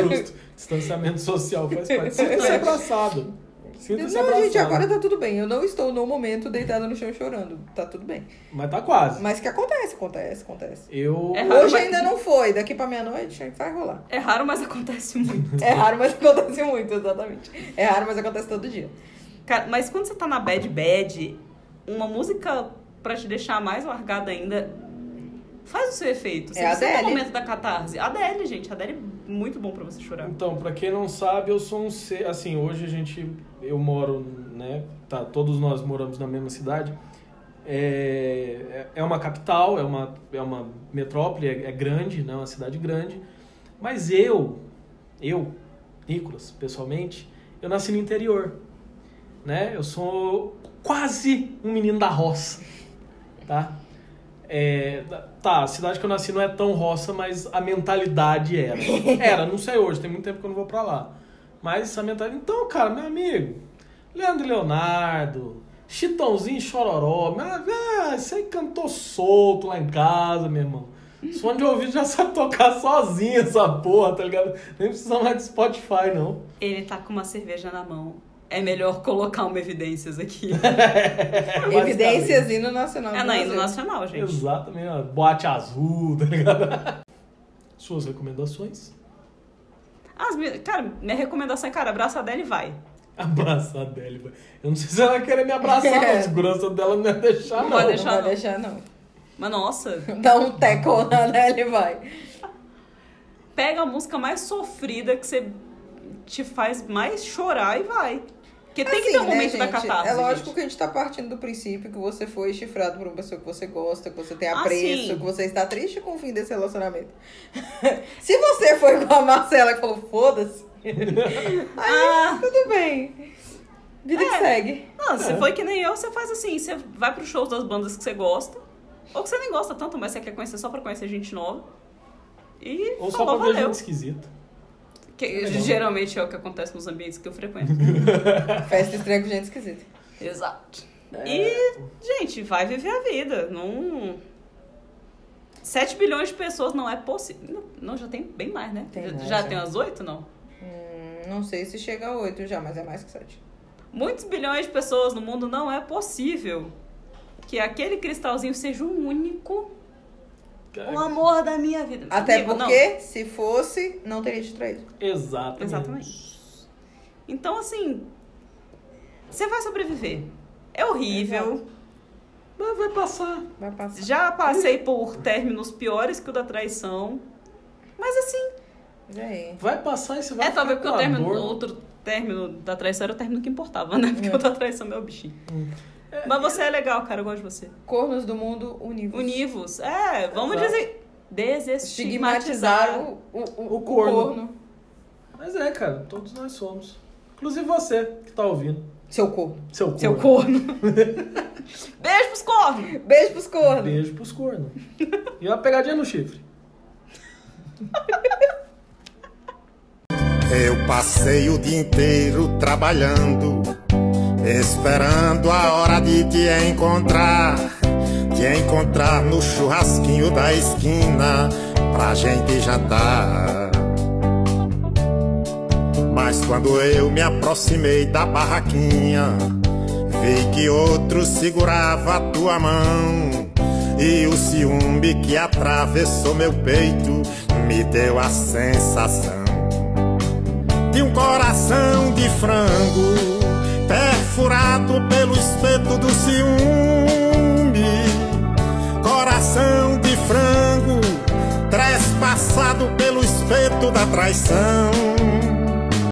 B: Justo. Distanciamento social faz parte. Sinta-se abraçado. Sinta-se
D: não,
B: abraçado.
D: gente, agora tá tudo bem. Eu não estou no momento deitada no chão chorando. Tá tudo bem.
B: Mas tá quase.
D: Mas que acontece, acontece, acontece.
B: Eu...
C: É raro,
D: Hoje
C: mas-
D: ainda não foi, daqui pra meia-noite vai
C: <laughs>
D: rolar.
C: É raro, mas acontece muito.
D: É raro, mas acontece muito, exatamente. É raro, mas acontece todo dia.
C: Cara, mas quando você tá na bad bad, uma música pra te deixar mais largada ainda faz o seu efeito. Você
D: É a
C: precisa ter um
D: Adele.
C: momento da catarse. Adele, gente. Adele é muito bom pra você chorar.
B: Então, pra quem não sabe, eu sou um ser. Assim, hoje a gente. Eu moro, né? Tá, todos nós moramos na mesma cidade. É, é uma capital, é uma, é uma metrópole, é, é grande, né? Uma cidade grande. Mas eu, eu, Nicolas, pessoalmente, eu nasci no interior. Né? Eu sou quase um menino da roça. Tá? É, tá, a cidade que eu nasci não é tão roça, mas a mentalidade era. Era, não sei hoje, tem muito tempo que eu não vou pra lá. Mas a mentalidade. Então, cara, meu amigo, Leandro e Leonardo, Chitãozinho e Chororó, mas, ah, isso aí cantou solto lá em casa, meu irmão. Som de ouvido já sabe tocar sozinho essa porra, tá ligado? Nem precisa mais de Spotify, não.
C: Ele tá com uma cerveja na mão. É melhor colocar uma evidências
D: <laughs>
C: aqui.
D: É
B: É, Basicamente.
D: Evidências hino nacional.
C: é
D: do
C: na hino
D: Brasil.
C: nacional, gente.
B: Exatamente, ó, boate azul, tá ligado? <laughs> Suas recomendações?
C: As minhas- Cara, minha recomendação é, cara, abraça a Adele e vai.
B: Abraçar a Adele. velho. Eu não sei se ela vai querer me abraçar, não. A segurança dela não ia deixar, não.
C: É. Não vai
D: Não,
C: deixar,
D: não
C: não.
D: vai deixar, não. <laughs>
C: Mas nossa,
D: Dá um teco na dela e vai.
C: pega a música mais sofrida que você te faz mais chorar e vai. Porque tem que ter um
D: Assim, né,
C: momento da
D: gente?
C: catarse.
D: É lógico
C: gente.
D: que a gente tá partindo do princípio que você foi chifrado por uma pessoa que você gosta, que você tem
C: Ah,
D: apreço,
C: sim.
D: que você está triste com o fim desse relacionamento. <laughs> Se você foi com a Marcela que falou, foda-se,
C: Ah,
D: tudo bem. Vida
C: É.
D: que segue.
C: não,
B: É.
C: se foi que nem eu, você faz assim, você vai pro shows das bandas que você gosta, ou que você nem gosta tanto, mas você quer conhecer só pra conhecer gente nova. E
B: <laughs> Ou só
C: falou,
B: pra ver
C: valeu.
B: gente esquisita.
C: Que geralmente é o que acontece nos ambientes que eu
D: <laughs>
C: frequento.
D: Festa estranha com gente esquisita.
C: Exato.
D: É.
C: E, gente, vai viver a vida. Não. 7 bilhões de pessoas não é possível. Não, já tem bem mais, né?
D: Tem
C: já
D: mais,
C: já
D: é.
C: tem umas 8, não?
D: Não sei se chega a 8 já, mas é mais que 7.
C: Muitos bilhões de pessoas no mundo não é possível que aquele cristalzinho seja o único,
B: É.
C: o Um amor da minha vida. Mas,
D: Até
C: amigo, não.
D: porque, se fosse, não teria te traído.
B: Exatamente.
C: Exatamente. Então, assim, você vai sobreviver. É horrível.
B: Mas vai passar.
D: Vai passar.
C: Já passei por términos piores que o da traição. Mas assim,
D: E é aí?
B: Vai passar e você vai
C: é talvez porque
B: ficar
C: o
B: com
C: término,
B: amor.
C: outro término da traição era o término que importava, né? Porque o da traição é o bichinho. Mas você é legal, cara, eu gosto de você.
D: Cornos do mundo univos.
C: Univos, é, vamos
B: Exato.
C: dizer. Desestigmatizar.
D: Estigmatizaram o, o,
B: O corno. Mas é, cara, todos nós somos. Inclusive você que tá ouvindo.
D: Seu corno.
B: Seu corno.
C: Seu corno. Beijo pros cornos.
D: Beijo pros cornos.
B: Beijo pros cornos. e uma pegadinha no chifre.
E: Eu passei o dia inteiro trabalhando, esperando a hora de te encontrar. Te encontrar no churrasquinho da esquina pra gente jantar. Mas quando eu me aproximei da barraquinha, vi que outro segurava a tua mão. E o ciúme que atravessou meu peito me deu a sensação de um coração de frango, perfurado pelo espeto do ciúme. Coração de frango, trespassado pelo espeto da traição.